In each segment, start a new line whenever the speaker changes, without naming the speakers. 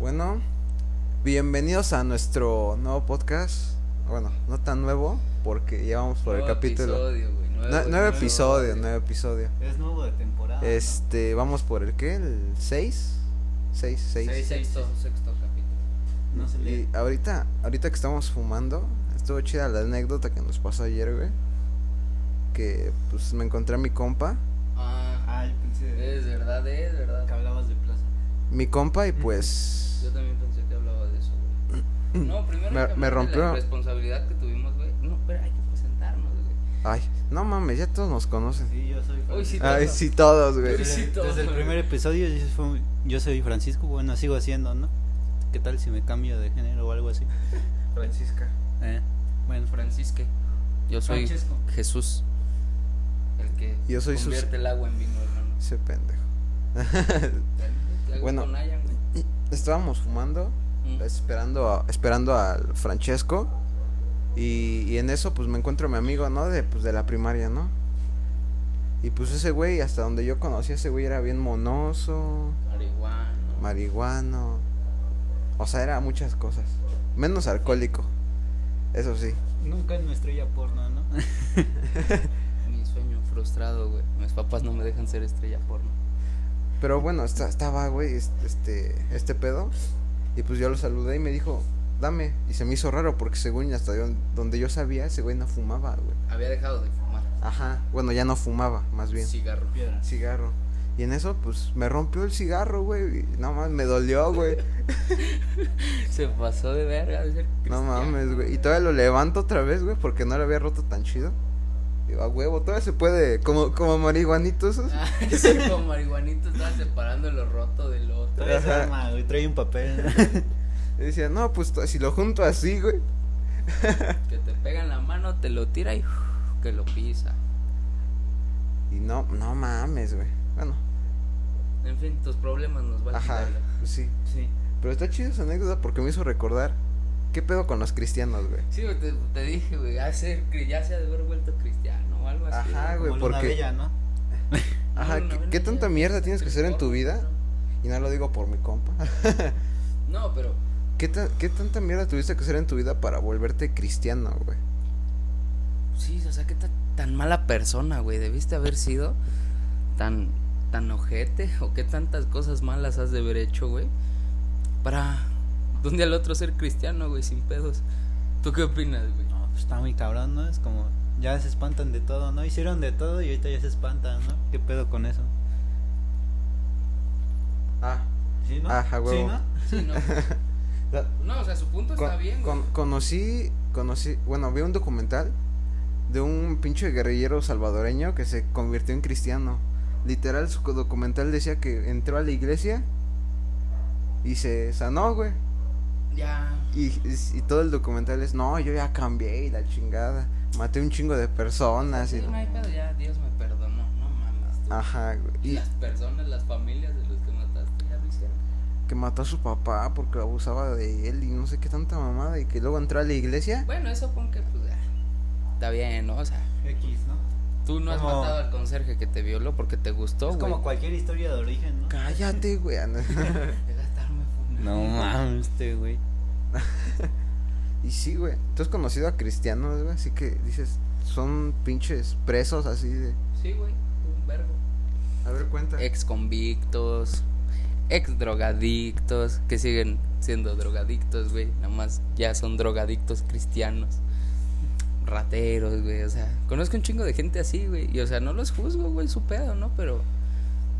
Bueno, bienvenidos a nuestro nuevo podcast. Bueno, no tan nuevo, porque ya vamos por el
Nuevo
capítulo.
episodio, güey,
Nue-
nuevo,
nuevo,
nuevo,
episodio,
güey.
nuevo episodio.
Es nuevo de temporada. ¿no?
Este, vamos por el qué? ¿El 6? 6, 6.
Seis, sexto, sexto capítulo.
No se lee.
Y ahorita, ahorita que estamos fumando, estuvo chida la anécdota que nos pasó ayer, güey. Que pues me encontré a mi compa,
Ah,
Ah, yo pensé
es verdad, es
que
verdad.
hablabas de plaza.
mi compa y pues
Yo también pensé que hablaba de eso, güey. No, primero
Me-
hay que
me
hablar de
rompió.
la responsabilidad que tuvimos, güey. No, pero hay que presentarnos, güey.
ay, no mames, ya todos nos conocen.
Sí, yo soy
Hoy sí
Francisco.
Ay,
todos.
sí todos, güey.
Hoy sí
Desde,
todo,
desde el
güey.
primer episodio yo fui- yo soy Francisco, bueno, sigo haciendo, ¿no? ¿Qué tal si me cambio de género o algo así?
Francisca.
Eh, bueno,
Francisque. Yo soy
Francesco.
Jesús. El que
Yo soy sus-
convierte el agua en vino, hermano.
Ese pendejo.
Te hago
Bueno.
con Ayan, güey.
Estábamos fumando,
Mm.
esperando a- esperando al Francesco y, y en eso pues me encuentro a mi amigo, ¿no? De pues de la primaria, ¿no? Y pues ese güey, hasta donde yo conocí a ese güey era bien monoso,
Marihuana.
marihuano. O sea, era muchas cosas, menos alcohólico. Eso sí.
Nunca en nuestra estrella porno, ¿no?
Mi sueño frustrado, güey. Mis papás no me dejan ser estrella porno.
Pero bueno, esta- estaba, güey, es- este, este pedo. Y pues yo lo saludé y me dijo, dame. Y se me hizo raro porque según hasta yo- donde yo sabía, ese güey no fumaba, güey.
Había dejado de fumar.
Ajá. Bueno, ya no fumaba, más Pues bien.
Cigarro.
Piedra.
Cigarro. Y en eso, pues, me rompió el cigarro, güey. y No mames, me dolió, güey.
Se pasó de verga de ser
No
cristiano.
mames, güey. Y todavía lo levanto otra vez, güey, porque no lo había roto tan chido. Digo, a huevo, todavía se puede, como, como marihuanitos.
Ah, sí, como marihuanito estaba separando lo roto del otro.
Eh.
Trae esa arma, güey, trae un papel.
Y decía, no, pues, to- si lo junto así, güey.
Que te pega en la mano, te lo tira y uf, que lo pisa.
Y no, no mames, güey. Bueno,
En fin, tus problemas nos van a
Ajá,
quitarlo.
pues sí.
Sí.
Pero está chido esa anécdota porque me hizo recordar qué pedo con los cristianos, güey.
Sí, güey, te, te dije, güey, ha de ser cri- ya se ha de haber vuelto cristiano o algo
Ajá,
así.
Como
Ah, güey,
Luna
porque-
Bella, ¿no?
Ajá,
No, no,
¿qué,
no,
qué
no,
tanta
no,
mierda
no,
tienes que
no,
hacer en
no,
tu
no.
vida? Y no lo digo por mi compa.
No, pero
¿Qué, ta- qué tanta mierda tuviste que hacer en tu vida para volverte cristiano, güey?
sí, o sea, qué ta- tan mala persona, güey. Debiste haber sido tan, tan ojete o qué tantas cosas malas has de haber hecho, güey. Para de un día al otro ser cristiano, güey, sin pedos. ¿Tú qué opinas, güey?
No, pues está muy cabrón, ¿no? Es como, ya se espantan de todo, ¿no? Hicieron de todo y ahorita ya se espantan, ¿no? ¿Qué pedo con eso?
Ah,
¿Sí, no?
Ajá,
¿Sí,
huevo.
no?
Sí, no.
la-
No, o sea, su punto Pues está
con-
bien, güey.
con- conocí, conocí, bueno, vi un documental de un pinche guerrillero salvadoreño que se convirtió en cristiano. Literal, su documental decía que entró a la iglesia y se sanó, güey.
Ya.
Y, y- y todo el documental es, no, yo ya cambié y la chingada. Maté un chingo de personas.
Ah, Sí,
Y...
no hay pedo, ya Dios me perdonó. No mames. tú.
Ajá, güey.
Y
Y
las personas, las familias de los que mataste ya lo hicieron.
que mató a su papá porque abusaba de él y no sé qué tanta mamada. Y que luego entró a la iglesia.
Bueno, eso pon que pues ya. Está bien, ¿no? O sea,
X, ¿no?
tú no has
Como-
matado al conserje que te violó porque te gustó,
Es
güey.
como cualquier historia de origen, ¿no?
Cállate, güey. Ah,
De gastarme funeral.
No mames, este güey.
y sí, güey. Tú has conocido a cristianos, güey. Así que dices, son pinches presos así de...
Sí, güey, un verbo.
A ver, cuenta.
Ex convictos, ex drogadictos, que siguen siendo drogadictos, güey. Nada más ya son drogadictos cristianos. Rateros, güey. O sea, conozco un chingo de gente así, güey. Y o sea, no los juzgo, güey, su pedo, ¿no? Pero,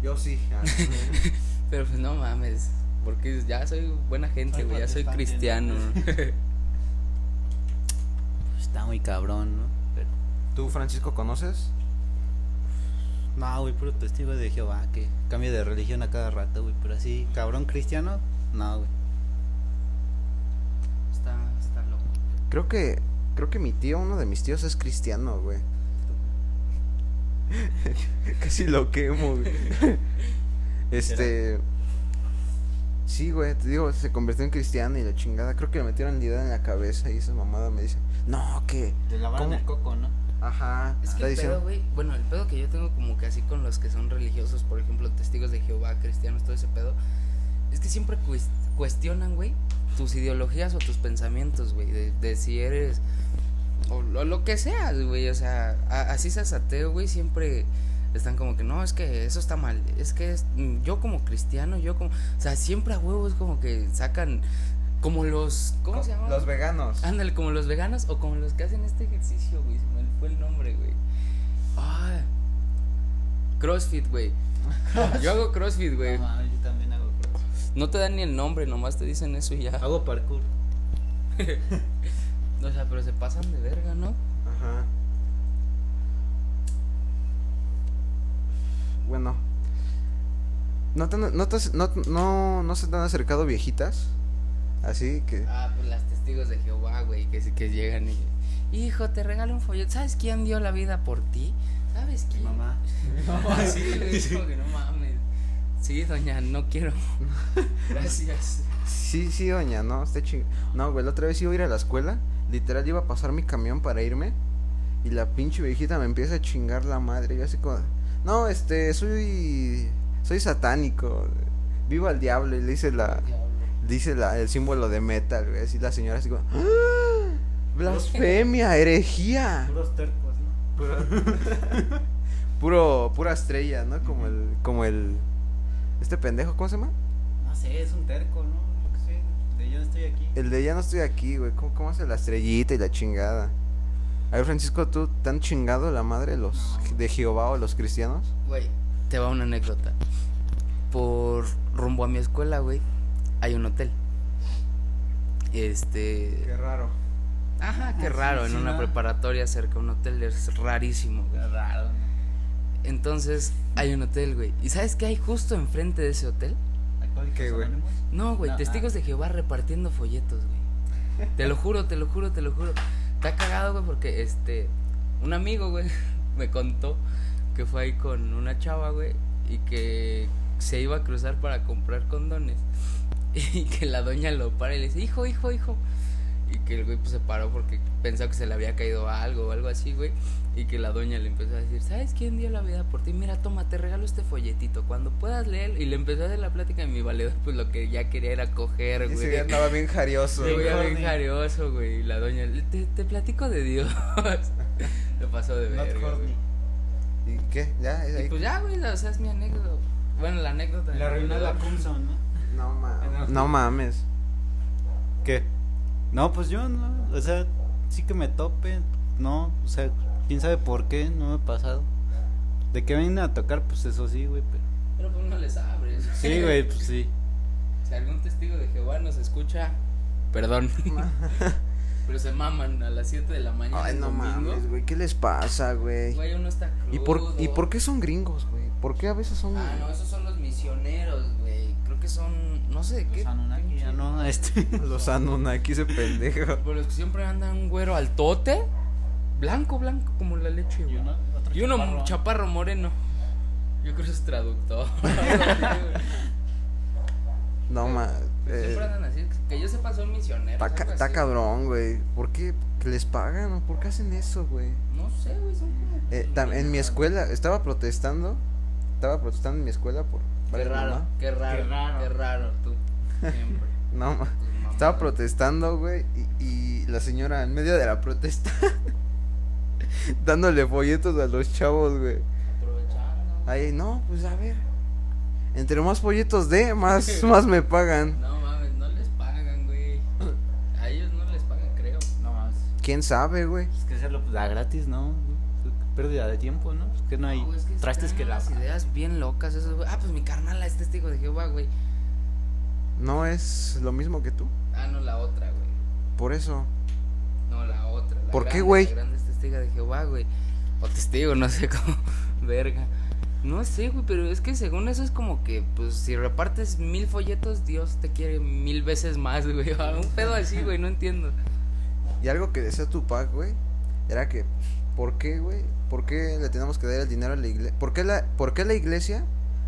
Yo sí. Ah,
pero pues no mames. Porque ya soy buena gente,
Soy
güey. Ya soy
protestante,
cristiano.
¿no? Pues Está muy cabrón, ¿no? Pero-
¿Tú, Francisco, conoces?
pues, No, güey, puro testigo de Jehová que cambia de religión a cada rato, güey. Pero así, cabrón cristiano, no, güey.
está, está loco.
Creo que... Creo que mi tío, uno de mis tíos, es cristiano, güey. Casi lo quemo, güey. Este. Sí, güey, te digo, se convirtió en cristiano y la chingada. Creo que le metieron la idea en la cabeza y esa mamada me dice, no, que.
De la
¿Cómo?
del coco, ¿no?
Ajá,
Es que
está
el
diciendo.
pedo, güey, bueno, el pedo que yo tengo como que así con los que son religiosos, por ejemplo, testigos de Jehová, cristianos, todo ese pedo, es que siempre cues- cuestionan, güey, tus ideologías o tus pensamientos, güey, de, de si eres o lo, lo que seas, güey, o sea, a- así seas ateo, güey, siempre están como que no, es que eso está mal, es que es- mm, yo como cristiano, yo como, o sea, siempre a huevos como que sacan como los ¿cómo se llama? Ah,
Los veganos.
Ándale, como los veganos o como los que hacen este ejercicio, güey. Se me fue el nombre, güey. Ah, CrossFit, güey. Yo hago CrossFit, güey.
No mames, yo también hago crossfit.
No te dan ni el nombre, nomás te dicen eso y ya.
Hago parkour.
O sea, pero se pasan de verga, ¿no?
Ajá. Bueno. ¿No, te han- no, te has- no, no, no se te han acercado viejitas? Así que...
Ah, pues las testigos de Jehová, güey, que, sí- que llegan y... Hijo, te regalo un folleto. ¿Sabes quién dio la vida por ti? ¿Sabes
Mi
quién?
mamá.
Ah, sí, güey, es como que no mames. Sí, doña, no quiero. Gracias.
Sí, sí, doña, no, está ching... No, güey, la otra vez iba a ir a la escuela, literal iba a pasar mi camión para irme y la pinche viejita me empieza a chingar la madre, yo así como, no, este, soy soy satánico, viva al diablo y le dice la dice la el símbolo de metal, güey, así la señora así como, "¡Ah! blasfemia, herejía,
Puros tercos, ¿no?
puro pura estrella, ¿no? Como el como el este pendejo, ¿cómo se llama?
No sé, es un terco, ¿no? Yo qué sé. De yo no estoy aquí.
El de ya no estoy aquí, güey. ¿Cómo, cómo hace la estrellita y la chingada? A ver, Francisco, ¿tú te han chingado la madre los de Jehová o los cristianos?
Güey, te va una anécdota. Por rumbo a mi escuela, güey, hay un hotel. Este.
raro.
Ajá,
Ah,
qué
sí,
raro, en
sí,
una
¿no?
preparatoria cerca de un hotel es rarísimo, güey.
Qué raro, ¿no?
Entonces, hay un hotel, güey. ¿Y sabes qué hay justo enfrente de ese hotel?
¿Alcohólicos
¿Qué, güey?
Anónimos?
No, güey,
No,
testigos
ah.
de Jehová repartiendo folletos, güey. Te lo juro, te lo juro, te lo juro. Está cagado, güey, porque este. Un amigo, güey, me contó que fue ahí con una chava, güey, y que se iba a cruzar para comprar condones. Y que la doña lo para y le dice, hijo, hijo, hijo. Y que el güey pues, se paró porque pensaba que se le había caído algo o algo así, güey. Y que la doña le empezó a decir, ¿sabes quién dio la vida por ti? Mira, toma, te regalo este folletito. Cuando puedas leer. Y le empezó a hacer la plática y mi valedor, pues lo que ya quería era coger, güey.
Ese día andaba bien jarioso.
Sí,
güey.
güey,
horny.
bien jarioso, güey. Y la doña, te, te platico de Dios. Lo pasó de
Not
verga, güey.
horny.
¿Y qué? ¿Ya? ¿Es
Y
ahí?
pues ya, güey, o sea, es mi anécdota. Bueno, la anécdota.
Le arruinó la Cumson, ¿no?
No mames. No mames.
¿Qué? No, pues yo no, o sea, sí que me tope, no, o sea, quién sabe por qué, no me ha pasado. De que vienen a tocar, pues eso sí, güey, pero...
Pero pues no les abres.
Sí, güey, pues sí.
Si algún testigo de Jehová nos escucha, perdón. Pero se maman a las 7 de la mañana.
Ay,
el
no
domingo.
mames, güey. ¿Qué les pasa, güey?
Güey, uno está crudo.
¿Y por, ¿Y por qué son gringos, güey? ¿Por qué a veces son.?
Ah, no, esos son los misioneros, güey. Creo que son. No sé de qué.
Los Pues Anunnaki ya no, este...
Los Anunnaki, ese pendejo.
Por los que siempre andan un güero altote. Blanco, blanco, como la leche, güey.
otro
Y uno
chaparro.
chaparro, moreno. Yo creo que es traductor.
No mames.
siempre andan así. Que yo sepa, son misioneros.
Eh, Está
algo
ca-
así.
está cabrón, güey. ¿Por qué ¿Que les pagan? ¿Por qué hacen eso, güey?
No sé, güey, son como.
Eh, tam- en mi escuela, estaba protestando. Estaba protestando en mi escuela por.
Qué
varias
raro,
mamá-
qué raro, qué raro, tú. Siempre.
No, ma-
tus mamadas.
estaba protestando, güey. Y, y la señora en medio de la protesta. dándole folletos a los chavos, güey.
Aprovechando.
Ahí, no, pues a ver. Entre más folletos de, más, más me pagan.
No mames, no les pagan, güey. A ellos no les pagan, creo.
No más.
¿Quién sabe, güey?
Es que hacerlo pues, da gratis, ¿no? Pérdida de tiempo, ¿no? Es que no hay
güey, es se
trastes que
traen
la...
unas ideas bien locas, eso, güey. Ah, pues mi carnala es testigo de Jehová, güey.
No es lo mismo que tú.
Ah, no, la otra, güey.
Por eso.
No, la otra. la
¿Por qué,
grande,
güey?
La grande es testigo de Jehová, güey. O testigo, no sé cómo. Verga. No sé, güey, pero es que según eso es como que, pues, si repartes mil folletos, Dios te quiere mil veces más, güey. Un pedo así, güey, no entiendo.
Y algo que decía Tupac, güey, era que, ¿por qué, güey? ¿Por qué le tenemos que dar el dinero a la iglesia? ¿Por qué la, por qué la iglesia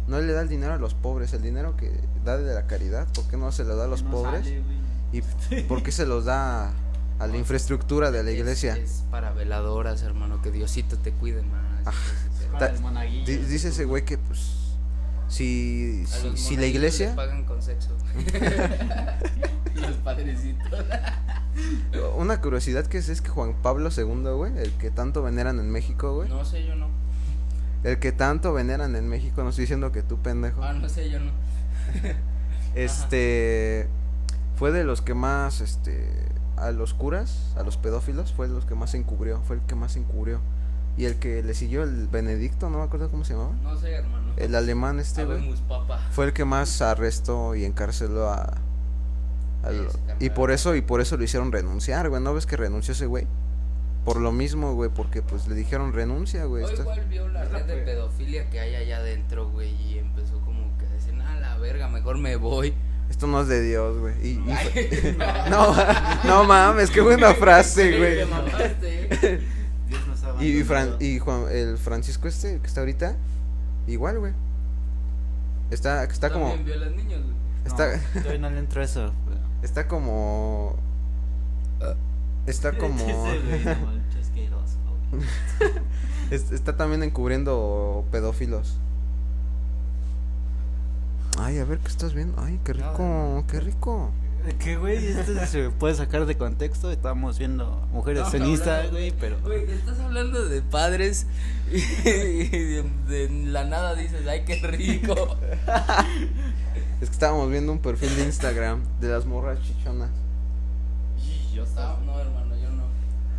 no le da el dinero a los pobres? El dinero que da de la caridad, ¿por qué no se lo da a los
No
pobres?
sale, güey.
¿Y por qué se los da a la infraestructura de la
Es-
iglesia?
Es, para veladoras, hermano, que Diosito te cuide más.
Ah,
Ese pedo.
Ta-
Para el monaguillo.
Di- dice ese güey que, pues, Si, si,
A los
si la
monaguillos les
iglesia,
pagan con sexo. los padrecitos.
una curiosidad que es, es que Juan Pablo II, güey, el que tanto veneran en México, güey,
No sé, yo no.
el que tanto veneran en México, no estoy diciendo que tú, pendejo,
Ah, no sé, yo no.
este, fue de los que más, este, a los curas, a los pedófilos, fue de los que más encubrió, fue el que más encubrió, y el que le siguió, el Benedicto, no me acuerdo cómo se llamaba,
No sé, hermano.
el alemán este, güey,
Habemus papa.
fue el que más arrestó y encarceló a, al-
Ese
y
carnal.
por eso y por eso lo hicieron renunciar, güey. ¿No ves que renunció ese güey? Por lo mismo, güey, porque pues le dijeron renuncia, güey.
O
estás-
igual vio la
Es la
red de
fe-
pedofilia que hay allá adentro, güey, y empezó como que a decir, ah, la verga, mejor me voy.
Esto no es de Dios, güey. Y- y-
Ay,
no, no mames, qué buena frase,
Te
güey.
mamaste.
Dios nos ha
Y, Fran-
abandonado.
y Juan, el Francisco este que está ahorita, igual, güey. Está, está como,
También vio a los niños, güey.
No,
está,
todavía no le entro a eso. pero-
está como, está como,
Ese Este güey, no manches, asqueroso, güey.
Es- está también encubriendo pedófilos. Ay, a ver qué estás viendo. Ay, qué
Nada.
rico, qué rico.
Que güey, esto se puede sacar de contexto. Estamos viendo mujeres
Estamos
en Insta,
hablando,
güey, pero.
Güey, estás hablando de padres y de, de la nada dices, ay, qué rico.
Es que estábamos viendo un perfil de Instagram de las morras chichonas.
Y yo
No, no, hermano, yo no.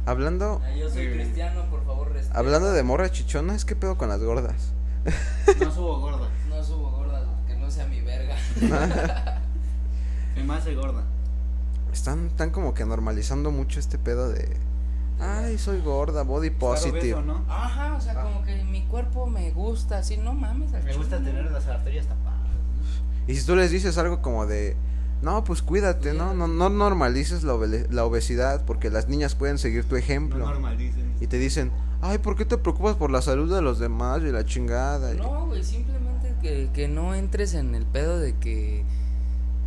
Hablando,
Ay, yo soy
Sí.
cristiano, por favor, respeta.
hablando de morras chichonas, ¿qué pedo con las gordas?
No subo gorda.
No subo gordas, que no sea mi verga.
Mi más hace gorda.
Están, están como que normalizando mucho este pedo de, ay, soy gorda, body
Estar
positive.
obeso, ¿no?
Ajá, o sea,
Ah.
como que mi cuerpo me gusta, así, no mames. al
Me gusta
chile.
tener las arterias tapadas.
Y si tú les dices algo como de, no, pues cuídate, no, no, no normalices la, obele- la obesidad porque las niñas pueden seguir tu
No
ejemplo.
normalicen.
y te dicen, ay, ¿por qué te preocupas por la salud de los demás y la chingada? Y-
No, güey, simplemente que, que no entres en el pedo de que,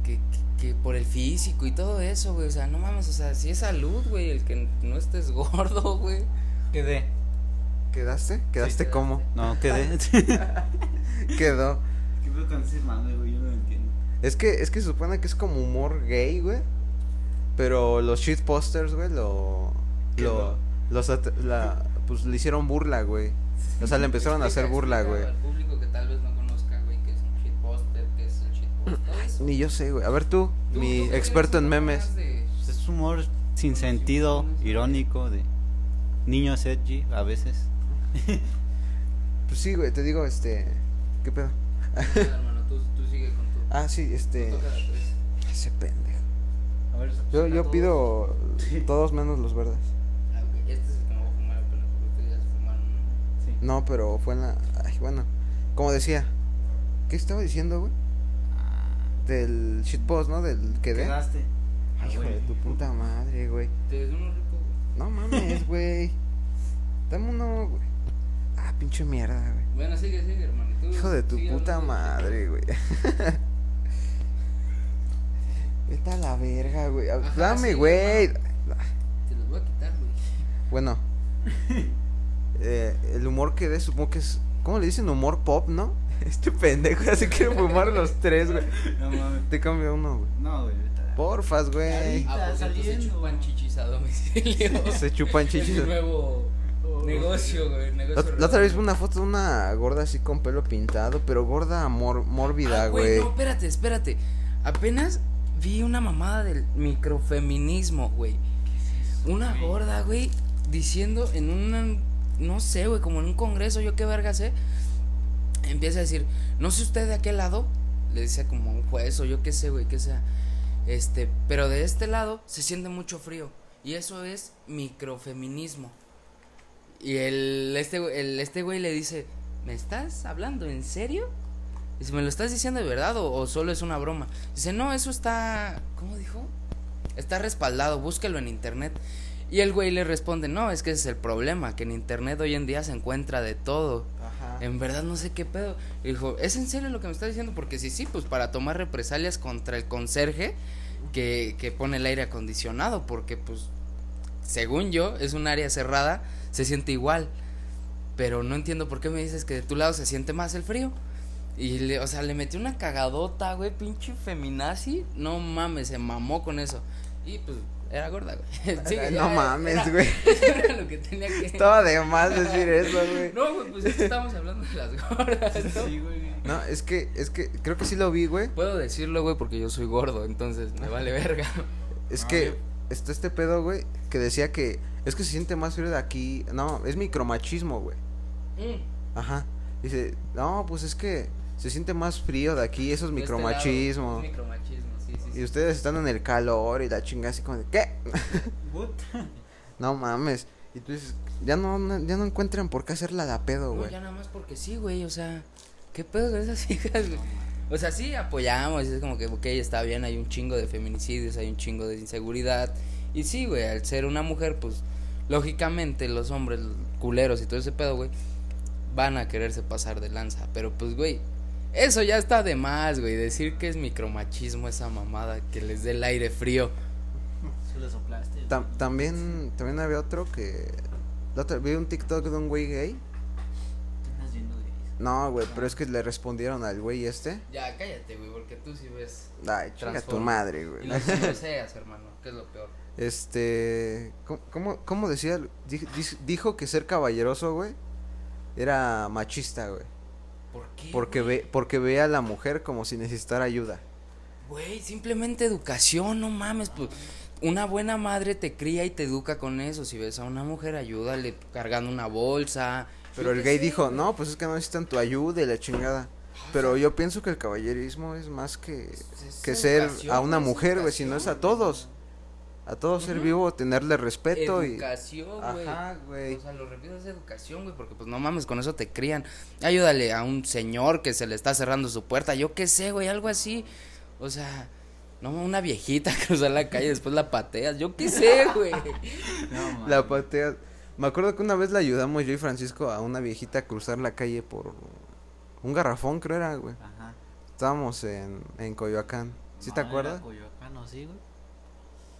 que, que- que por el físico y todo eso, güey. O sea, no mames, o sea, si es salud, güey, el que no estés gordo, güey.
Quedé.
¿Quedaste? ¿Quedaste
quedaste.
como?
No, quedé. ¿Qué
Quedó.
fue con ese mame, güey? Yo no lo entiendo.
Es que, es que se supone que es como humor gay, güey. Pero los shit posters, güey, lo.
¿Qué
lo
no?
los at- la, pues le hicieron burla, güey. O sea, le empezaron a hacer
Explica-
burla,
explica
güey.
Al público que tal vez no conozca, güey, que es un shitposter, que es el shitpost, todo eso.
Ni yo sé, güey. A ver tú,
Tú-
mi
tú que
experto
eres
en
un poco
memes.
más de-
Pues es humor sin sentido, irónico, de niños edgy a veces.
Pues sí, güey, te digo, este. ¿Qué pedo?
Nada, hermano, tú, tú sigue con tu...
Ah, sí, este.
tú toca la tres.
Ese pendejo.
A ver,
Yo, yo pido todos menos los verdes.
Ah, ok, Este es el que no voy a fumar, pero porque ustedes fumaron, ¿no?
No, pero fue en la. Ay, bueno. Como decía. ¿Qué estaba diciendo, güey? Del shitpost, ¿no? Del que de.
Quedaste.
Ay, hijo de tu puta madre, güey.
Te des uno rico, güey.
No mames, güey. Dame uno, güey. Ah, pinche mierda, güey.
Bueno, sigue, sigue, hermano. tú
Hijo de tu
sigue
puta
hablando.
madre, güey. Vete a la verga, güey.
Ajá,
Dame,
sí,
güey.
Te los voy a quitar, güey.
Bueno. Eh, el humor que de supongo que es. ¿Cómo le dicen? Humor pop, ¿no? Este pendejo ya se quiere fumar los tres, güey.
No mames.
Te cambio uno, güey.
No, güey. vete a la-
Porfas, güey.
Ay.
Ah, por cierto, se
saliendo.
chupan chichis a domicilio.
Se chupan
Es
chichis.
mi nuevo negocio, güey.
La,
Negocio
la otra vez vi
redondo.
una foto de una gorda así con pelo pintado, pero gorda mor- mórbida,
Ah,
güey.
No, espérate, espérate. Apenas vi una mamada del microfeminismo, güey. Una
güey?
gorda, güey, diciendo en una. No sé, güey, como en un congreso, yo qué verga sé. Empieza a decir, no sé usted de aquel lado. Le dice como un juez o yo qué sé, güey, qué sea. Este, pero de este lado se siente mucho frío. Y eso es microfeminismo. Y el este, güey- el, este güey le dice, ¿me estás hablando en serio? Dice, ¿me lo estás diciendo de verdad o, o solo es una broma? Dice, no, eso está... ¿Cómo dijo? Está respaldado, búsquelo en internet. Y el güey le responde, no, es que ese es el problema, que en internet hoy en día se encuentra de todo.
Ajá.
En verdad no sé qué pedo. Y dijo, ¿es en serio lo que me está diciendo? Porque si sí, pues para tomar represalias contra el conserje que, que pone el aire acondicionado, porque pues, según yo, es un área cerrada, se siente igual. Pero no entiendo por qué me dices que de tu lado se siente más el frío. Y, le, o sea, le metió una cagadota, güey, pinche feminazi. No mames, se mamó con eso. Y pues, era gorda, güey. Sí,
Ay,
ya
no
era-
mames,
era-
güey.
Era lo que tenía que.
Estaba de más decir eso, güey.
No, güey, pues es que estábamos hablando de las gordas, ¿no?
Sí, güey.
No, es que, es que, creo que sí lo vi, güey.
Puedo decirlo, güey, porque yo soy gordo, entonces me vale verga.
Es
Ah,
que
yo-
está este pedo, güey, que decía que es que se siente más frío de aquí. No, es micromachismo, güey.
Mm.
Ajá. Dice, no, pues es que se siente más frío de aquí, eso es
De este
micromachismo.
lado, es micromachismo, sí, sí. sí.
Y ustedes están en el calor y la chinga así como de, ¿qué?
Puta.
No mames. Y tú dices, ya no, no- ya no encuentran por qué hacerla de a pedo,
No,
güey.
ya nada más porque sí, güey, o sea, ¿qué pedo con esas hijas, güey? O sea, sí apoyamos, es como que, ok, está bien, hay un chingo de feminicidios, hay un chingo de inseguridad. Y sí, güey, al ser una mujer, pues, lógicamente los hombres culeros y todo ese pedo, güey, van a quererse pasar de lanza. Pero, pues, güey, eso ya está de más, güey, decir que es micromachismo esa mamada que les dé el aire frío.
Se lo soplaste.
Tam- también, también había otro que, la otra- vi un TikTok de un güey gay.
Estás lleno de
No, güey, pero es que le respondieron al güey este.
Ya, cállate, güey, porque tú sí ves.
Ay, chinga tu
Transforma.
madre,
Y
güey.
no lo seas, hermano, que es lo peor.
Este, ¿cómo- ¿cómo, cómo decía? Di- dis- Dijo que ser caballeroso, güey, era machista, güey.
¿Por qué?
Porque ve, porque ve a la mujer como si necesitara ayuda.
Güey, simplemente educación, no mames, pues una buena madre te cría y te educa con eso. Si ves a una mujer, ayúdale cargando una bolsa.
Pero el gay dijo, no, pues es que no necesitan tu ayuda y la chingada. Pero yo pienso que el caballerismo es más que, que ser a una mujer, güey, sino es a todos. A todo ser
Ujú.
vivo, tenerle respeto y...
Educación, güey.
Ajá, güey.
O sea, lo repito, es educación, güey, porque pues no mames, con eso te crían. Ayúdale a un señor que se le está cerrando su puerta, yo qué sé, güey, algo así. O sea, no, una viejita cruzar la calle, después la pateas, yo qué sé, güey.
No,
La patea. Me acuerdo que una vez le ayudamos yo y Francisco a una viejita a cruzar la calle por un garrafón, creo era, güey.
Ajá.
Estábamos en, en Coyoacán. ¿Sí te
No, era
acuerdas?
Coyoacán, ¿o sí, güey?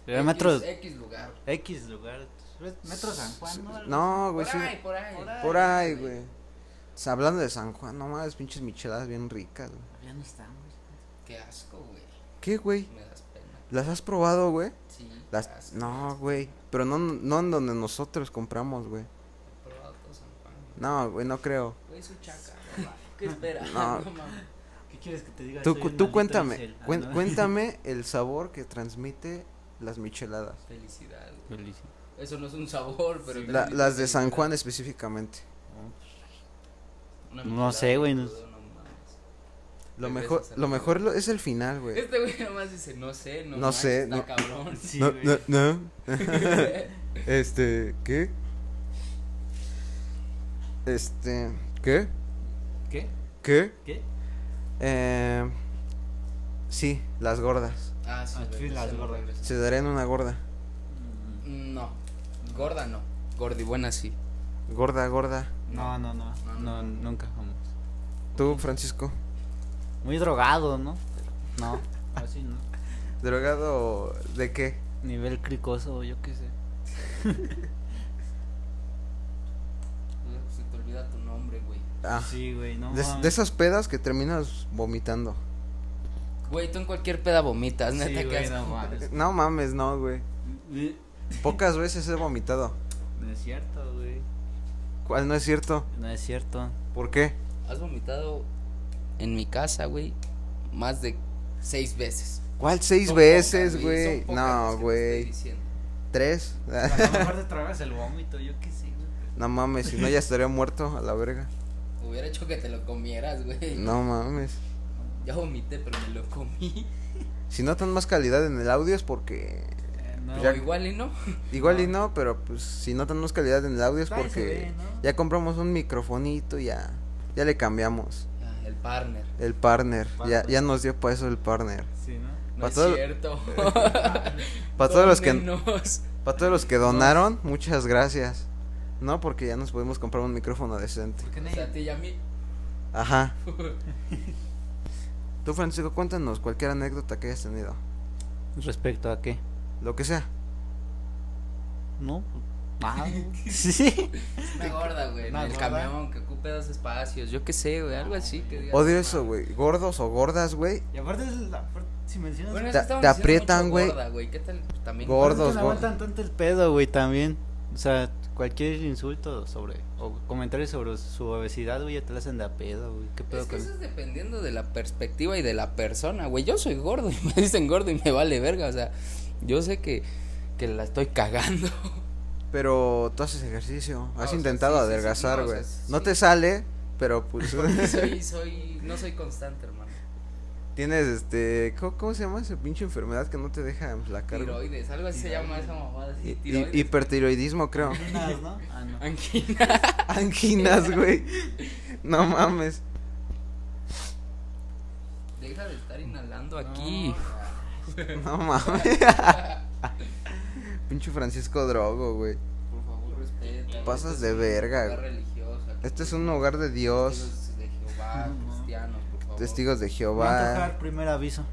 Era metro
X, X lugar.
X lugar. Metro San Juan, ¿no? Algo
No,
Por
güey, sí.
ahí, por ahí.
Por ahí, güey. O sea, Hablando de San Juan, no mames, pinches micheladas bien ricas, güey.
así. Ya no estamos.
Qué asco, güey.
¿Qué, güey?
Me das pena.
¿Las has probado, güey?
Sí. qué
Las...
asco.
No, güey. Pero no, no en donde nosotros compramos, güey.
He probado todo San Juan, güey.
No, güey, no creo.
Güey, su chaca. no mames. ¿Qué espera?
No.
mames.
¿Qué quieres que te diga?
Tú,
Soy
cu-
el
tú
maldito
cuéntame,
Isel. Ah,
cuen-
no.
cuéntame el sabor que transmite las micheladas.
Felicidad. güey. Eso no es un sabor, pero.
La-
también
las
es
de
felicidad.
San Juan específicamente.
Una
No
michelada
sé,
de
güey, no-
crudo, no mames.
Lo
Regresas
mejor,
a la
lo mejor lo- es el final, güey.
Este güey nomás dice, no sé, no,
No
manches,
sé,
está
no-
cabrón.
Sí,
no,
güey.
no, no. Este, ¿qué? Este, ¿qué?
¿Qué?
¿Qué?
¿Qué?
Eh, sí, las gordas.
ah, sí,
Ah,
güey,
sí, las
se lo
gordas.
regresas.
Se darían una gorda.
Mm,
No, gorda no. Gordi, buena sí.
Gorda, gorda.
No, no, no.
No, no.
No, nunca jamás.
Tú, Francisco.
Muy drogado, ¿no? No, así Ah, no.
¿Drogado de qué?
Nivel cricoso, yo qué sé.
pues Se te olvida tu nombre, güey.
Ah,
Sí, güey, no.
de,
mames.
de esas pedas que terminas vomitando.
Güey, tú en cualquier peda vomitas,
Sí,
neta, que
güey,
asco.
no mames.
No mames, no, güey.
No
Pocas veces he vomitado.
es cierto, güey.
¿Cuál no es cierto?
No es cierto.
¿Por qué?
Has vomitado en mi casa, güey, más de seis veces.
¿Cuál seis
Son
veces,
pocas, son
güey?
pocas las
No,
que te estoy
güey.
diciendo.
Tres.
A lo mejor te tragas el vómito, yo qué sé, güey.
No mames, si no ya estaría muerto a la verga.
Hubiera hecho que te lo comieras, güey.
No mames.
Ya vomité, pero me lo comí.
Si notan más calidad en el audio es porque
Eh, no,
No,
Ya-
igual y no.
igual
Ah.
y no, pero pues si notan más calidad en el audio es
Ay, se
porque
ve, ¿no?
ya compramos un microfonito ya ya le cambiamos
Ah, el partner.
el partner. Ya
Partner.
ya nos dio para eso el partner.
Sí, ¿no?
No
Pa'
es
todo-
cierto.
Para todos los que
Dónenos.
para todos los que donaron, muchas gracias. No, porque ya nos podemos comprar un micrófono decente.
¿Por qué
O sea, a
nadie?
ti y a mí.
Ajá. Tú Francisco, cuéntanos cualquier anécdota que hayas tenido,
¿Respecto a qué?
lo que sea.
No, Ah, sí.
Una gorda, güey. En
Una
el
gorda.
camión que ocupe dos espacios. Yo qué sé, güey. Algo así. Que digas,
Odio
"No
eso,
mames".
güey. Gordos o gordas, güey.
Y aparte, es la, aparte, si mencionas.
Bueno, es que
Bueno,
Te-
estamos
te
diciendo
aprietan,
mucho
güey.
gorda, güey. ¿Qué tal? También
gordos,
gordos,
no
gordos.
aguantan tanto el pedo, güey, también. O sea, cualquier insulto sobre. O comentario sobre su obesidad, güey, ya te la hacen de a pedo, güey. ¿Qué pedo
Es que
con
eso es dependiendo de la perspectiva y de la persona, güey. Yo soy gordo y me dicen gordo y me vale verga. O sea, yo sé que, que la estoy cagando.
Pero tú haces ejercicio.
Ah, o
Has
sea,
intentado
sí, sí, sí,
adelgazar,
no, o
güey. No,
sea, sí.
te sale, pero pues.
Soy, soy, no soy constante, hermano.
tienes este. ¿cómo, cómo se llama esa pinche enfermedad que no te deja la carga?
Tiroides, algo así se llama esa mamada.
Hi-
Así,
hi-
tiroides.
hipertiroidismo, creo.
Anginas, ¿no? Ah, no.
Angina.
Anginas, güey. No mames.
Deja de estar inhalando aquí.
No mames. Pinche Francisco Drogo, güey.
Por favor, respeta.
Pasas
Esto
de
es un
verga,
lugar
güey.
religioso aquí.
Este es un hogar de Dios.
Testigos de Jehová,
No.
cristianos, por favor.
Testigos de
Voy a
Jehová.
tocar primer aviso.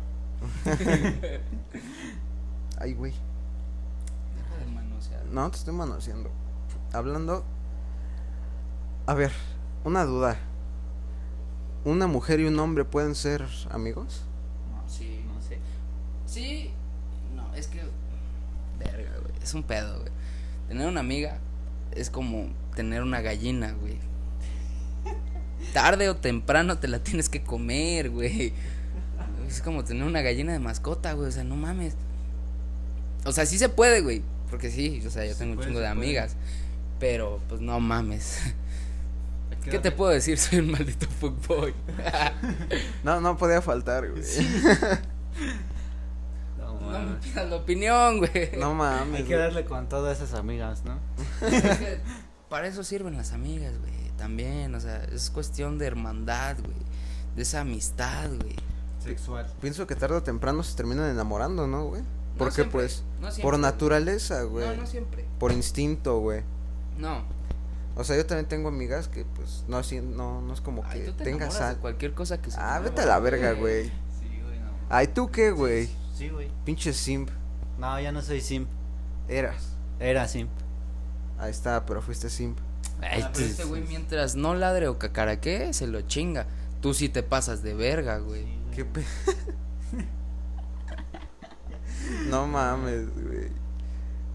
Ay, güey.
Deja de manosear.
No, te estoy manoseando. Hablando. A ver, una duda. ¿Una mujer y un hombre pueden ser amigos?
Sí, no sé. Sí, no, es que. Verga, güey. Es un pedo, güey. Tener una amiga es como tener una gallina, güey. Tarde o temprano te la tienes que comer, güey. Es como tener una gallina de mascota, güey. O sea, no mames. O sea, sí se puede, güey. Porque sí, o sea, yo
Se
tengo un
puede,
chingo
se
de
puede.
amigas. Pero, pues no mames. ¿Qué te puedo decir? Soy un maldito fuckboy.
No, no podía faltar, güey.
No,
No me
mames.
pidas la opinión, güey.
No mames.
Hay que
güey.
darle con todas esas amigas, ¿no?
Es que Para eso sirven las amigas, güey. También, o sea, es cuestión de hermandad, güey. De esa amistad, güey.
Sexual.
Pienso que tarde o temprano se terminan enamorando, ¿no, güey?
No
Porque
siempre,
pues,
no siempre,
por
güey.
naturaleza, güey.
No, no siempre.
Por instinto, güey.
No.
O sea, yo también tengo amigas que pues no así- no, no es como
Ay,
que
tú te
tengas
enamoras
a...
de cualquier cosa que se
Ah,
mueva,
vete a la verga, güey.
Sí, güey, no.
Ay, ¿tú qué, güey?
Sí, güey.
Pinche simp.
No, ya no soy simp.
Eras.
Era simp.
Ahí está, pero fuiste simp.
Ay,
Ah,
tú-
pero
este güey
sí.
mientras no ladre o cacaraque, se lo chinga. Tú sí te pasas de verga, güey.
Qué pe... no mames, güey.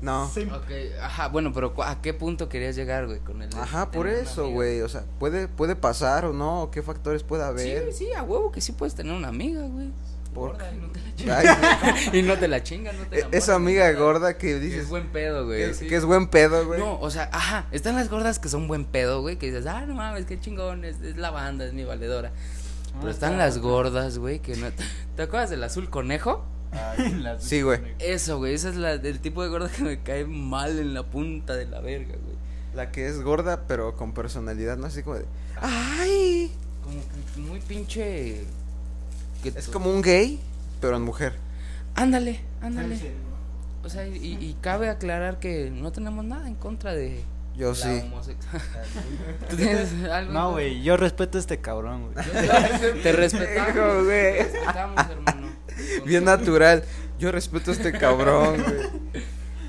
No.
Ok, ajá, bueno, pero cu- ¿a qué punto querías llegar, güey? Con el de
Ajá, por
tener una
eso,
amiga?
güey. O sea, puede, puede pasar o no, qué factores puede haber.
Sí, sí, a huevo que sí puedes tener una amiga, güey.
Por-
Gorda, y no te la
Ay, güey.
chingas. y no te la chingas, no te
E-
enamoras,
Esa amiga
güey.
gorda que
Que
dices
es buen pedo, güey.
que es,
sí.
que es buen pedo, güey.
No, o sea, ajá, están las gordas que son buen pedo, güey, que dices, ah, no mames, qué chingón, es, es la banda, es mi valedora.
Ah,
Pero están las gordas, güey, que no... ¿Te acuerdas del azul conejo?
Sí, güey.
Eso, güey, ese es la, el tipo de gorda que me cae mal en la punta de la verga, güey.
La que es gorda, pero con personalidad, ¿no? Así como de. ¡Ay!
Como que muy pinche... que
Es
tú-
como un gay, pero en mujer.
Ándale, ándale. O sea, y, y cabe aclarar que no tenemos nada en contra de...
Yo
la
sí.
homosexual- ¿Tú tienes algo en
No,
contra?
güey, yo respeto a este cabrón, güey.
Te respetamos.
Hijo, güey.
Te respetamos, hermano.
Bien natural. Yo respeto a este cabrón, güey.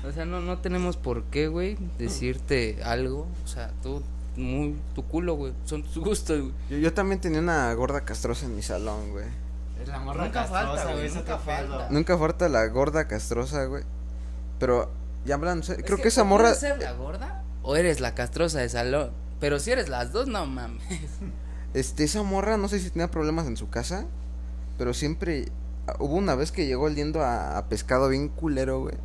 O sea, no, no tenemos por qué, güey, decirte algo. O sea, tú, muy, tu culo, güey. Son tus gustos, güey.
Yo, yo también tenía una gorda castrosa en mi salón, güey.
Es la
Nunca
castrosa,
falta, güey,
es
nunca
otro pedo.
falta.
Nunca falta la gorda castrosa, güey. Pero, ya hablan, o sea, creo que, esa morra.
ser la gorda? O eres la castrosa de salón. Pero si eres las dos, no mames.
Este, esa morra, no sé si tenía problemas en su casa. Pero siempre. ah, Hubo una vez que llegó oliendo a, a pescado bien culero, güey.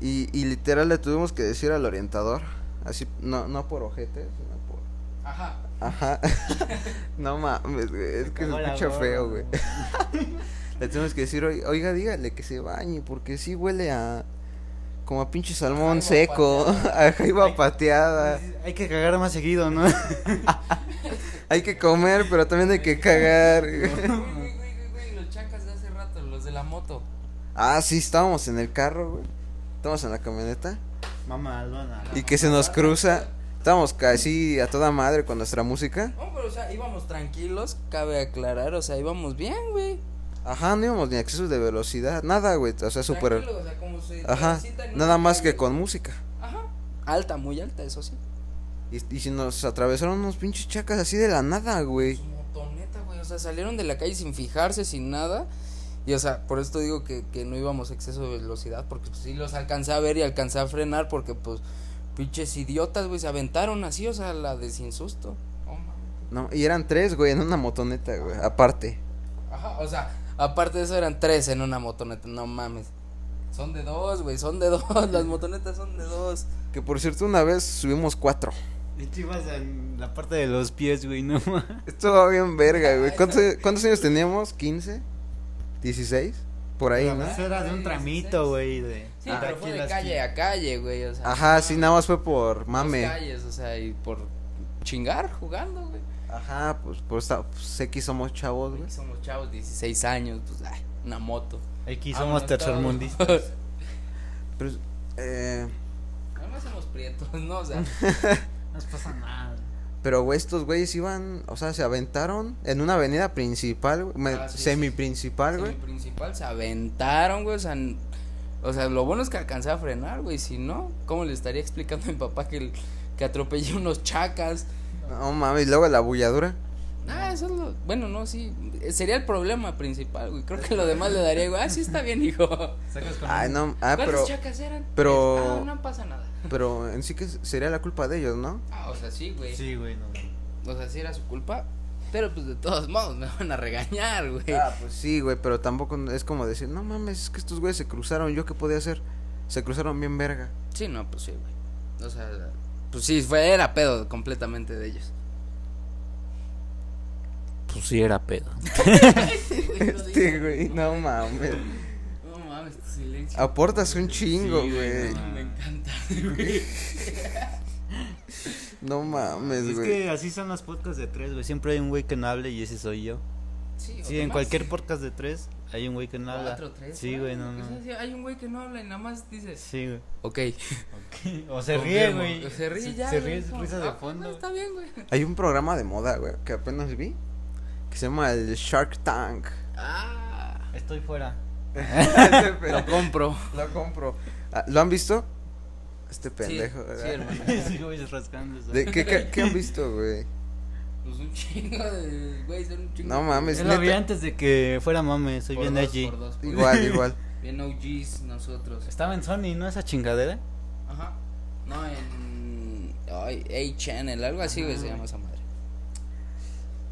Y, y literal le tuvimos que decir al orientador. Así, no, no por ojete, sino por.
Ajá.
Ajá. no mames, güey. Es que se
Cagó la
escucha
gorda,
feo, güey.
güey.
Le tenemos que decir, "Oi- oiga, dígale que se bañe, porque sí huele a. como a pinche salmón
jaiba
seco, a jaiba pateada.
Hay que cagar más seguido, ¿no?
Hay que comer, pero también hay que cagar.
Güey, güey, güey, güey, güey, los chacas de hace rato, los de la moto.
ah, sí, estábamos en el carro, güey. Estábamos en la camioneta.
Mamá, Aldona.
Y que se nos cruza. Estábamos casi a toda madre con nuestra música.
No, pero, o sea, íbamos tranquilos, cabe aclarar. O sea, íbamos bien, güey.
Ajá, no íbamos ni a exceso de velocidad, nada, güey. O sea, súper.
Tranquilos, o sea, como se
Ajá,
transita en una
nada más que
calle.
con música.
Ajá. Alta, muy alta, eso sí.
Y, y si nos atravesaron unos pinches chacas así de la nada, güey.
Su motoneta, güey. O sea, salieron de la calle sin fijarse, sin nada. Y, o sea, por esto digo que, que no íbamos a exceso de velocidad. Porque pues, sí los alcancé a ver y alcancé a frenar. Porque, pues, pinches idiotas, güey. Se aventaron así, o sea, la de sin susto. No mames.
No, y eran tres, güey, en una motoneta, güey, aparte.
Ajá, o sea, aparte de eso eran tres en una motoneta. No mames. Son de dos, güey. Son de dos. Las motonetas son de dos.
Que por cierto, una vez subimos cuatro.
Y tú ibas en la parte de los pies, güey, no ma.
Estuvo bien verga, güey.
Ay,
¿Cuántos, cuántos años teníamos? ¿15? ¿16? Por ahí, ¿no?
Eso era de un tramito, güey. De,
Sí,
de
pero
aquí
fue de
las
calle a calle, güey. O sea,
Ah, Ajá, sí, nada más fue por
dos
mame.
calles, o sea, y por chingar jugando, güey.
Ajá, pues, pues, está- pues X somos chavos, güey.
Aquí Somos chavos, 16 años, pues, ay, una moto.
Aquí somos
Amonestados.
tercermundistas.
Pero, eh,
Además somos prietos, ¿no? O sea,
No pasa nada.
pero, güey, estos güeyes iban, o sea, se aventaron en una avenida principal, güey, me-
Ah, sí, sí.
semi-principal,
mi
güey.
principal se aventaron, güey, o sea, n- o sea, lo bueno es que alcancé a frenar, güey, si no, ¿cómo le estaría explicando a mi papá que, el- que atropellé unos chacas?
No mames, y luego la bulladura.
Ah, eso es lo, bueno, no, sí, eh, sería el problema principal, güey, creo que lo demás le daría igual, ah, sí está bien, hijo.
Sacas con
Ay, no, ah,
¿Cuántas
pero,
chacas eran?
pero-
Tres. Ah, no pasa nada.
pero en sí que sería la culpa de ellos, ¿no?
Ah, o sea, sí, güey.
Sí, güey, no.
O sea, sí era su culpa. Pero pues de todos modos me van a regañar, güey.
Ah, pues sí, güey, pero tampoco es como decir, no mames, es que estos güeyes se cruzaron, ¿yo qué podía hacer? Se cruzaron bien verga.
Sí, no, pues sí, güey. O sea, pues sí, fue, era pedo completamente de ellos.
Pues sí, era pedo.
Este, güey, no mames.
No mames, tu silencio.
Aportas un Ah, chingo,
Sí, güey,
güey.
no mames.
Me encanta, güey.
No mames,
Es
güey.
que así son las podcasts de tres, güey. Siempre hay un güey que no hable y ese soy yo.
Sí, o
Sí,
de
en
más,
cualquier podcast de tres hay un güey que no habla.
Cuatro, tres.
sí,
¿no?
güey, no,
O sea,
no.
sí, hay un güey que no habla y nada más dice.
Sí, güey.
Ok.
O se ríe,
confirmo.
güey.
Se ríe ya.
Se
güey,
ríe,
es como,
risa
ah,
de
pues,
fondo.
No,
güey.
está bien, güey.
Hay un programa de moda, güey, que apenas vi, que se llama el Shark Tank.
Ah,
Estoy fuera.
Este
lo
pendejo,
compro.
lo compro. Ah, ¿Lo han visto? Este pendejo.
Sí, sí,
¿verdad?
hermano.
sí, güey, rascando.
¿De qué, qué- qué han visto, güey?
Pues un chingo de. Güey, son un chingo
No mames,
Yo lo vi
neta.
antes de que fuera mame, soy
Por
bien
dos,
allí.
por dos, por
Igual, igual.
Bien OGs nosotros.
Estaba en Sony, ¿no? Esa chingadera.
Ajá. No, en. Ay, A-Channel, algo así, güey, se llama esa madre.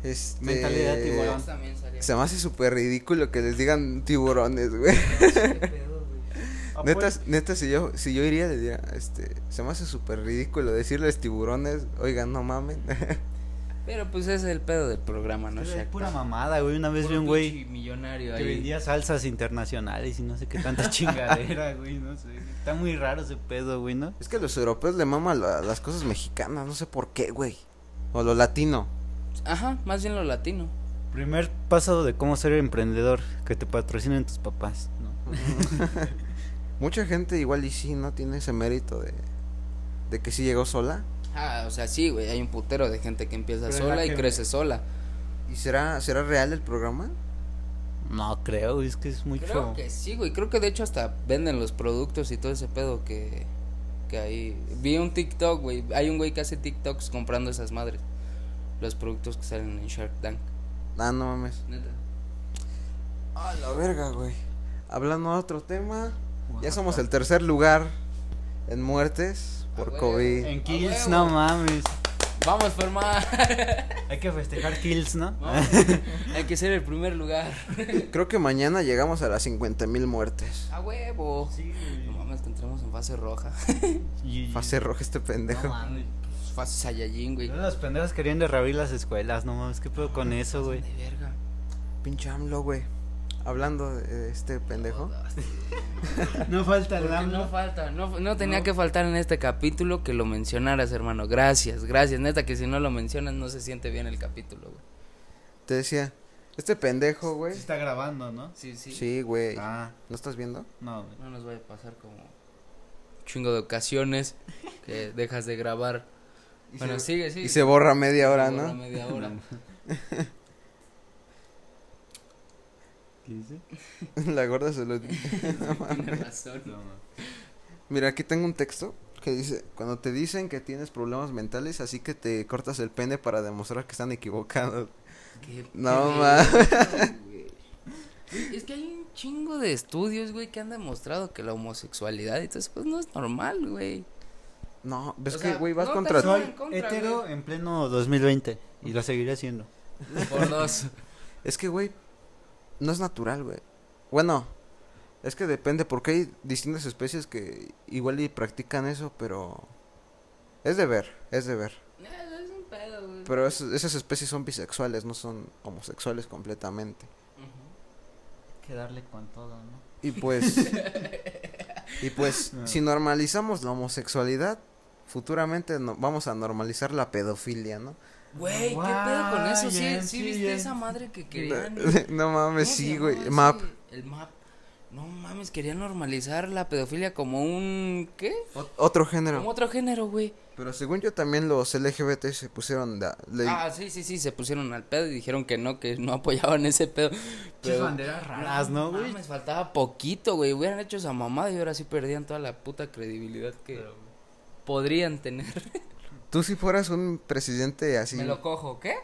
Este...
Mentalidad tiburón.
también salía.
Se me hace súper ridículo que les digan tiburones, güey.
Ah, pues,
Neta,
pues.
neta, si yo, si yo iría, le diría, este, se me hace súper ridículo decirles tiburones, oigan, no mamen.
Pero pues ese es el pedo del programa, ¿no?
Es
Shaq?
pura mamada, güey. Una vez vi
Puro
un güey
pinche millonario
que
ahí.
vendía salsas internacionales y no sé qué tanta chingadera, güey. No sé. Está muy raro ese pedo, güey, ¿no?
Es que los europeos le maman la- las cosas mexicanas, no sé por qué, güey. O lo latino.
Ajá, más bien lo latino.
Primer paso de cómo ser emprendedor, que te patrocinen tus papás, ¿no?
Mucha gente igual y sí, no tiene ese mérito de, de que sí llegó sola.
Ah, o sea, sí, güey, hay un putero de gente que empieza
Pero
sola
la
y
que-
crece sola.
¿Y será, será real el programa?
No creo, es que es mucho.
Creo que sí, güey, creo que de hecho hasta venden los productos y todo ese pedo que, que ahí... Vi un TikTok, güey, hay un güey que hace TikToks comprando esas madres. Los productos que salen en Shark Tank.
Ah, no mames.
Neta.
A la verga, güey. Hablando de otro tema, ya
Oaxaca.
somos el tercer lugar en muertes
Ah,
por
güey.
COVID.
En Kills,
huevo.
no mames.
Vamos, Fermán.
Hay que festejar Kills, ¿no?
Vamos. Hay que ser el primer lugar.
Creo que mañana llegamos a las 50 mil muertes.
A huevo.
Sí,
No mames, que entramos en fase roja.
Y-
Fase roja este pendejo.
No mames.
Fase Saiyajin, güey.
Todos Los pendejos querían derrabir las escuelas, no mames, ¿qué pedo con eso, güey?
De verga.
Pinche AMLO, güey. Hablando de este pendejo.
No falta
Porque no falta, no, no tenía que faltar en este capítulo que lo mencionaras, hermano. Gracias, gracias. Neta, que si no lo mencionas no se siente bien el capítulo, güey.
Te decía, este pendejo, güey.
está grabando, ¿no?
Sí, sí.
Sí, güey.
Ah,
¿No estás viendo?
no, güey.
No nos vaya a pasar como chingo de ocasiones que dejas de grabar. Bueno, sigue, sigue.
Y se borra media hora,
Borra
¿no?
media hora.
¿Qué dice?
La gorda se lo...
Tiene razón.
Mira, aquí tengo un texto que dice, cuando te dicen que tienes problemas mentales, así que te cortas el pene para demostrar que están equivocados.
Qué
No,
pedo,
ma.
güey. Güey, Es que hay un chingo de estudios, güey, que han demostrado que la homosexualidad y todo eso, pues no es normal, güey.
No, ves
O
que,
sea,
güey, vas
no te
contra...
Soy
Soy
en contra,
hetero
güey.
en pleno 2020 y lo seguiré haciendo.
Por dos.
Es que, güey, no es natural, güey. Bueno, es que depende, porque hay distintas especies que igual y practican eso, pero... Es de ver, es de ver.
Eh, es un pedo, güey.
Pero es- esas especies son bisexuales, no son homosexuales completamente.
Ujú.
Que darle con todo, ¿no?
Y pues... y pues,
No.
si normalizamos la homosexualidad, futuramente no, vamos a normalizar la pedofilia, ¿no?
Güey, ¿qué
Guau,
pedo con eso? ¿Sí,
Jen,
sí
sí,
viste
Jen.
esa madre que querían?
no mames,
¿Cómo se
sí,
llamaba
güey.
ese?
Map.
El map. No mames, querían normalizar la pedofilia como un... ¿Qué?
Otro
Como
género.
otro género, güey.
Pero según yo también los LGBT se pusieron... da- le-
Ah, sí, sí, sí, se pusieron al pedo y dijeron que no, que no apoyaban ese pedo. Pero-
banderas raras, ¿no, güey?
Mames, faltaba poquito, güey. Hubieran hecho esa mamada y ahora sí perdían toda la puta credibilidad que podrían tener.
Tú si fueras un presidente así...
Me lo cojo, ¿qué?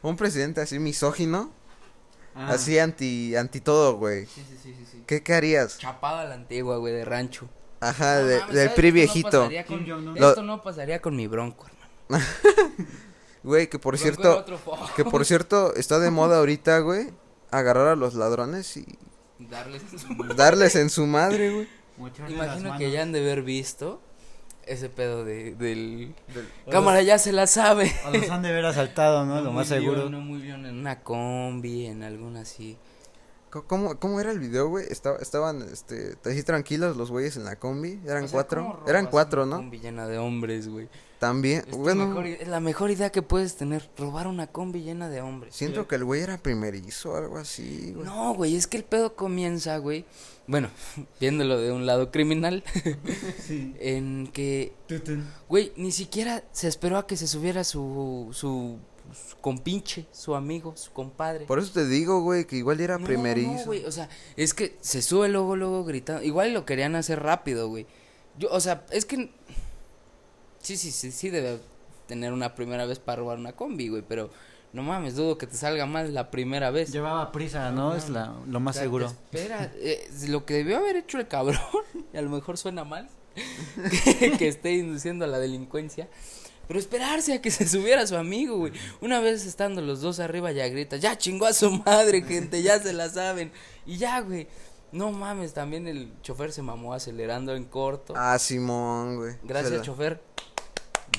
un presidente así misógino,
Ah,
así anti anti todo, güey.
Sí, sí, sí, sí. sí.
¿Qué, qué harías?
Chapada la antigua, güey, de rancho.
Ajá,
No
de-
mames,
del
¿sabes?
PRI
Esto no
viejito.
pasaría
Kim
con,
Jong-un.
esto no pasaría con mi bronco, hermano.
Güey, que por
Bronco era
cierto,
otro fo-
que por cierto está de moda ahorita, güey, agarrar a los ladrones y
Darles
darles en su madre, güey.
mocharle las
Imagino que
manos.
ya han de haber visto ese pedo de, del... Cámara ya se la sabe.
O los han de haber asaltado, ¿no? Lo
Muy
más
bien,
seguro.
no muy bien, en una combi, en alguna así.
Co- ¿Cómo, cómo era el video, güey? Estaba- estaban este así tranquilos los güeyes en la combi, eran
O sea, ¿cómo
cuatro,
robas
eran cuatro,
una
¿no?
Combi llena de hombres, güey.
También,
Es, tu
bueno,
mejor i- es la mejor idea que puedes tener, robar una combi llena de hombres.
siento que el güey era primerizo o algo así, güey.
No, güey, es que el pedo comienza, güey. Bueno, viéndolo de un lado criminal,
Sí.
en que, güey, ni siquiera se esperó a que se subiera su, su, su compinche, su amigo, su compadre.
Por eso te digo, güey, que igual era
No,
primerizo.
No, güey, o sea, es que se sube luego, luego gritando. Igual lo querían hacer rápido, güey. Yo, o sea, es que. Sí, sí, sí, sí, debe tener una primera vez para robar una combi, güey, pero no mames, dudo que te salga mal la primera vez.
Llevaba prisa, ¿no? Es la, lo
O
más
sea,
seguro.
Espera, eh, lo que debió haber hecho el cabrón, y a lo mejor suena mal, que, que esté induciendo a la delincuencia. Pero esperarse a que se subiera su amigo, güey. Una vez estando los dos arriba ya grita, ya chingó a su madre, gente, ya se la saben. Y ya, güey. No mames, también el chofer se mamó acelerando en corto.
Ah, Simón, güey.
Gracias,
Se la-
chofer.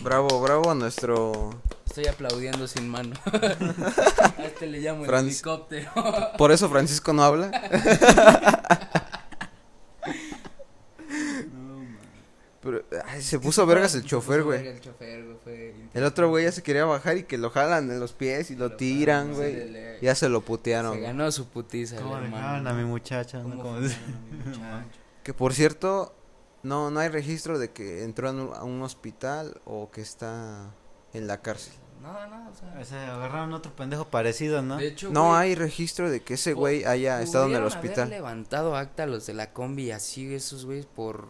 Bravo, bravo a nuestro.
Estoy aplaudiendo sin mano. a este le llamo el
Franz-
helicóptero.
Por eso Francisco no habla. Pero, ay, se puso vergas el chofer, güey.
El chofer, güey, fue
El otro güey ya se quería bajar y que lo jalan de los pies y lo,
Lo
tiran,
jalan, sí, de
güey.
le-
Ya se lo
Se
putearon. güey.
ganó su putiza, el
¿Cómo dejaban
hermano.
a mi muchacha? ¿no?
Este, ¿Cómo
Como-
dejaron a mi muchacho?
Que por cierto, no, no hay registro de que entró en un- a un hospital o que está en la cárcel.
No, no, o sea.
O sea, agarraron otro pendejo parecido, ¿no?
De hecho,
No
güey,
hay registro de que ese
pu-
güey haya estado en el
pudieron haber
hospital.
levantado acta a los de la combi y así esos güeyes por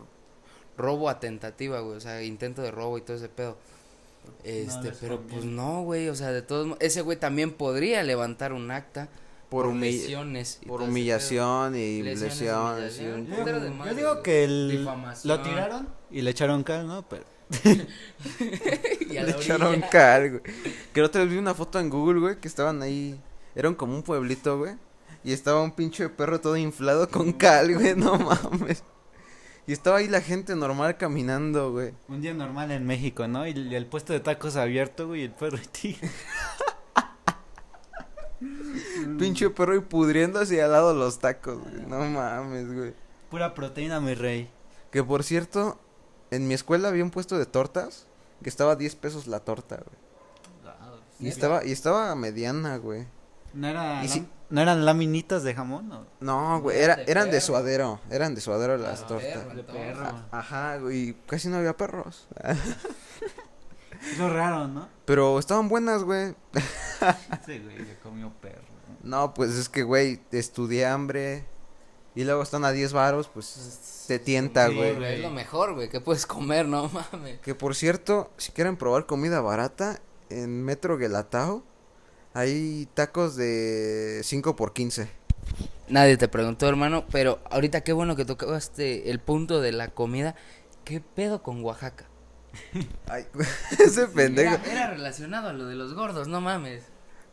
robo a tentativa, güey, o sea, intento de robo y todo ese pedo. Este,
les
pero pues
conviene.
no, güey, o sea, de todos mo- ese güey también podría levantar un acta
Por, humilla-
lesiones y
por
todo ese
humillación y
pedo. Lesiones,
lesiones. y
humillación,
un-
putero de
Yo
madre,
digo
güey.
que el,
Difamación.
lo tiraron y le echaron cal, ¿no? Pero
Y a la
Le echaron
orilla.
cal, güey. Que la otra vez vi una foto en Google, güey, que estaban ahí. Eran como un pueblito, güey. Y estaba un pinche perro todo inflado con cal, güey. No mames. Y estaba ahí la gente normal caminando, güey.
un día normal en México, ¿no? Y, el puesto de tacos abierto, güey, y el perro y tigre.
Pinche perro y pudriéndose y al lado los tacos, güey. No mames, güey.
Pura proteína, mi rey.
Que por cierto, en mi escuela había un puesto de tortas que estaba a 10 pesos la torta, güey. Y estaba, y estaba mediana, güey.
¿No, era
Y
lam-
sí.
¿No eran laminitas de jamón? o?
No, güey,
eran
era,
de
eran de
perro.
suadero, eran de suadero las
Ah,
tortas.
perro, entonces.
A- Ajá, güey, casi no había perros.
Es lo raro, ¿no?
Pero estaban buenas, güey.
Sí, güey, yo comió perro.
No, pues es que, güey, estudié hambre. Y luego están a 10 varos, pues te tienta,
Sí,
güey.
Es lo mejor, güey, que puedes comer, no mames.
Que por cierto, si quieren probar comida barata, en Metro Guelatao hay tacos de 5 por 15.
Nadie te preguntó, hermano, pero ahorita qué bueno que tocaste el punto de la comida. ¿Qué pedo con Oaxaca?
Ay, ese pendejo.
Era, era relacionado a lo de los gordos, no mames.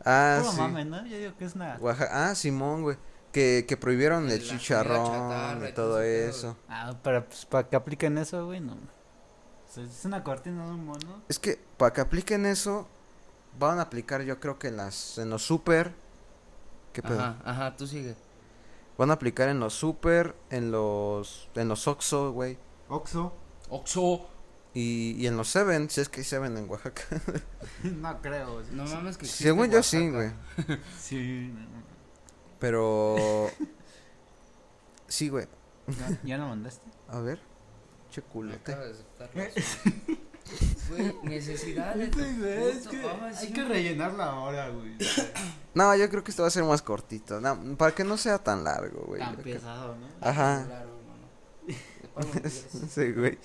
Ah,
Puro
sí.
mame, ¿no? Yo digo que es una.
Oaxa- Ah, Simón, güey. Que, que prohibieron el,
La comida
chicharrón
chatarra
y
y todo
todo
ese pedo,
eso.
Ah, para, pues, para que apliquen eso, güey, no. O sea, es una cortina de un mono.
Es que para que apliquen eso, van a aplicar yo creo que en, las, en los super. ¿Qué pedo?
Ajá, ajá, tú sigue.
Van a aplicar en los super, en los, en los Oxxo, güey.
Oxo.
Oxo.
Y, y en los Seven, si es que hay Seven en Oaxaca.
no creo.
No mames que existe
Según yo sí,
Oaxaca.
güey.
Sí, no.
Pero... sí, güey.
¿Ya- ¿Ya lo mandaste?
A ver. Che
Me
culote.
acaba de aceptar la Güey, necesidad de tu puto-
ah,
Ay, sí, güey.
rellenarla ahora, güey.
No, yo creo que esto va a ser más cortito. no, para que no sea tan largo, güey.
Tan
Yo creo-
pesado, ¿no?
Ajá.
Claro, hermano. De palo me quieres.
Sí, güey.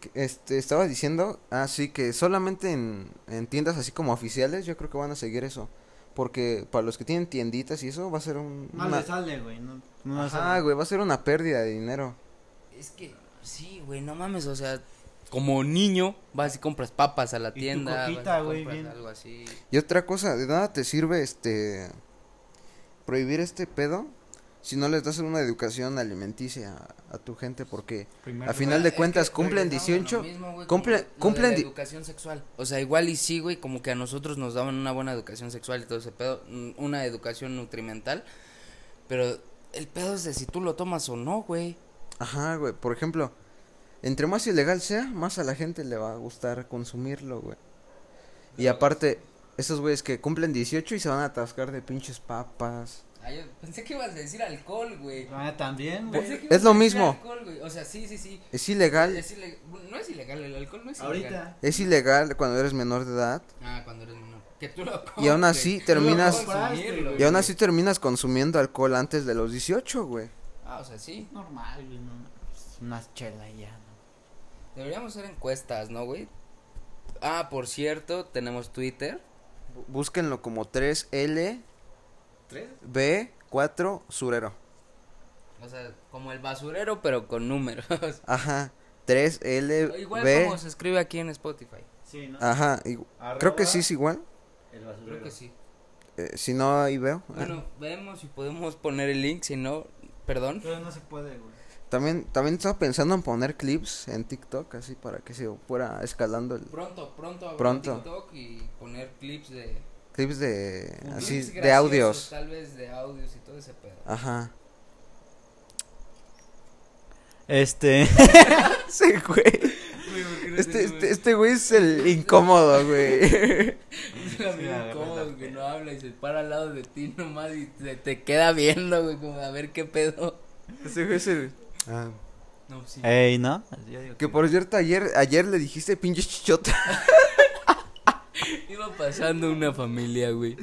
Que, Este, estaba diciendo, así que solamente en, en tiendas así como oficiales, yo creo que van a seguir eso. Porque para los que tienen tienditas y eso, va a ser un.
No
una-
le sale, güey. No, no le
Ajá,
sale.
güey, va a ser una pérdida de dinero.
Es que, sí, güey, no mames, o sea, como niño, vas y compras papas a la
tu
tienda.
coquita,
vas y
güey,
compras
bien.
Algo así.
Y otra cosa, de nada te sirve este. prohibir este pedo si no les das una educación alimenticia a, a tu gente, porque.
Primero,
al final de
Es que
cuentas, cumplen
regresamos a
18,
lo mismo,
cumple-
güey, como lo de
cumplen
la
di-
educación sexual. O sea, igual y sí, güey, como que a nosotros nos daban una buena educación sexual y todo ese pedo, mm, una educación nutrimental, pero el pedo es de si tú lo tomas o no, güey.
Ajá, güey, por ejemplo, entre más ilegal sea, más a la gente le va a gustar consumirlo, güey. Y aparte, esos güeyes que cumplen 18 y se van a atascar de pinches papas.
Ay, Ah, yo pensé que ibas a decir alcohol, güey.
Ah, también,
Pensé
güey.
que ibas
Es lo
a decir
mismo.
alcohol, güey. O sea, sí, sí, sí.
Es ilegal,
Es ile- No es ilegal, el alcohol no es ilegal.
Ahorita.
es ilegal cuando eres menor de edad.
Ah, cuando eres menor. Que tú lo
Y aún
compres.
así
Tú lo
terminas-
consumirlo,
Y
Y aún
güey.
así terminas consumiendo alcohol antes de los 18, güey.
Ah, o sea, sí.
Normal, güey. No, pues, unas chelas ya, ¿no?
Deberíamos hacer encuestas, ¿no, güey? Ah, por cierto, tenemos Twitter.
Bú- Búsquenlo como 3LB4
¿Tres?
surero.
O sea, como el basurero, pero con números.
Ajá,
Igual como
3LB.
se escribe aquí en Spotify.
Sí, ¿no?
Ajá, igu- Ah, creo que sí es igual.
El
Creo
basurero.
que sí.
Eh, si no, ahí veo.
Bueno, vemos si podemos poner el link, si no, perdón.
Pero no se puede, güey.
También, también estaba pensando en poner clips en TikTok, así para que se fuera escalando el
Pronto, pronto abrir
Pronto.
TikTok y poner clips de...
clips de
Clips
así
clips
de
graciosos,
audios.
Tal vez de audios y todo ese pedo.
Ajá.
Este.
Sí, güey. Este, este, este güey es el incómodo, güey.
Es la
Sí,
vida
la
incómodo
verdad.
que no habla y se para al lado de ti nomás y te, te queda viendo, güey, como a ver qué pedo.
Este güey es el Ah,
No, pues sí.
Ey, ¿no? Yo digo
Que por cierto ayer ayer le dijiste pinche chichota.
Iba pasando una familia, güey.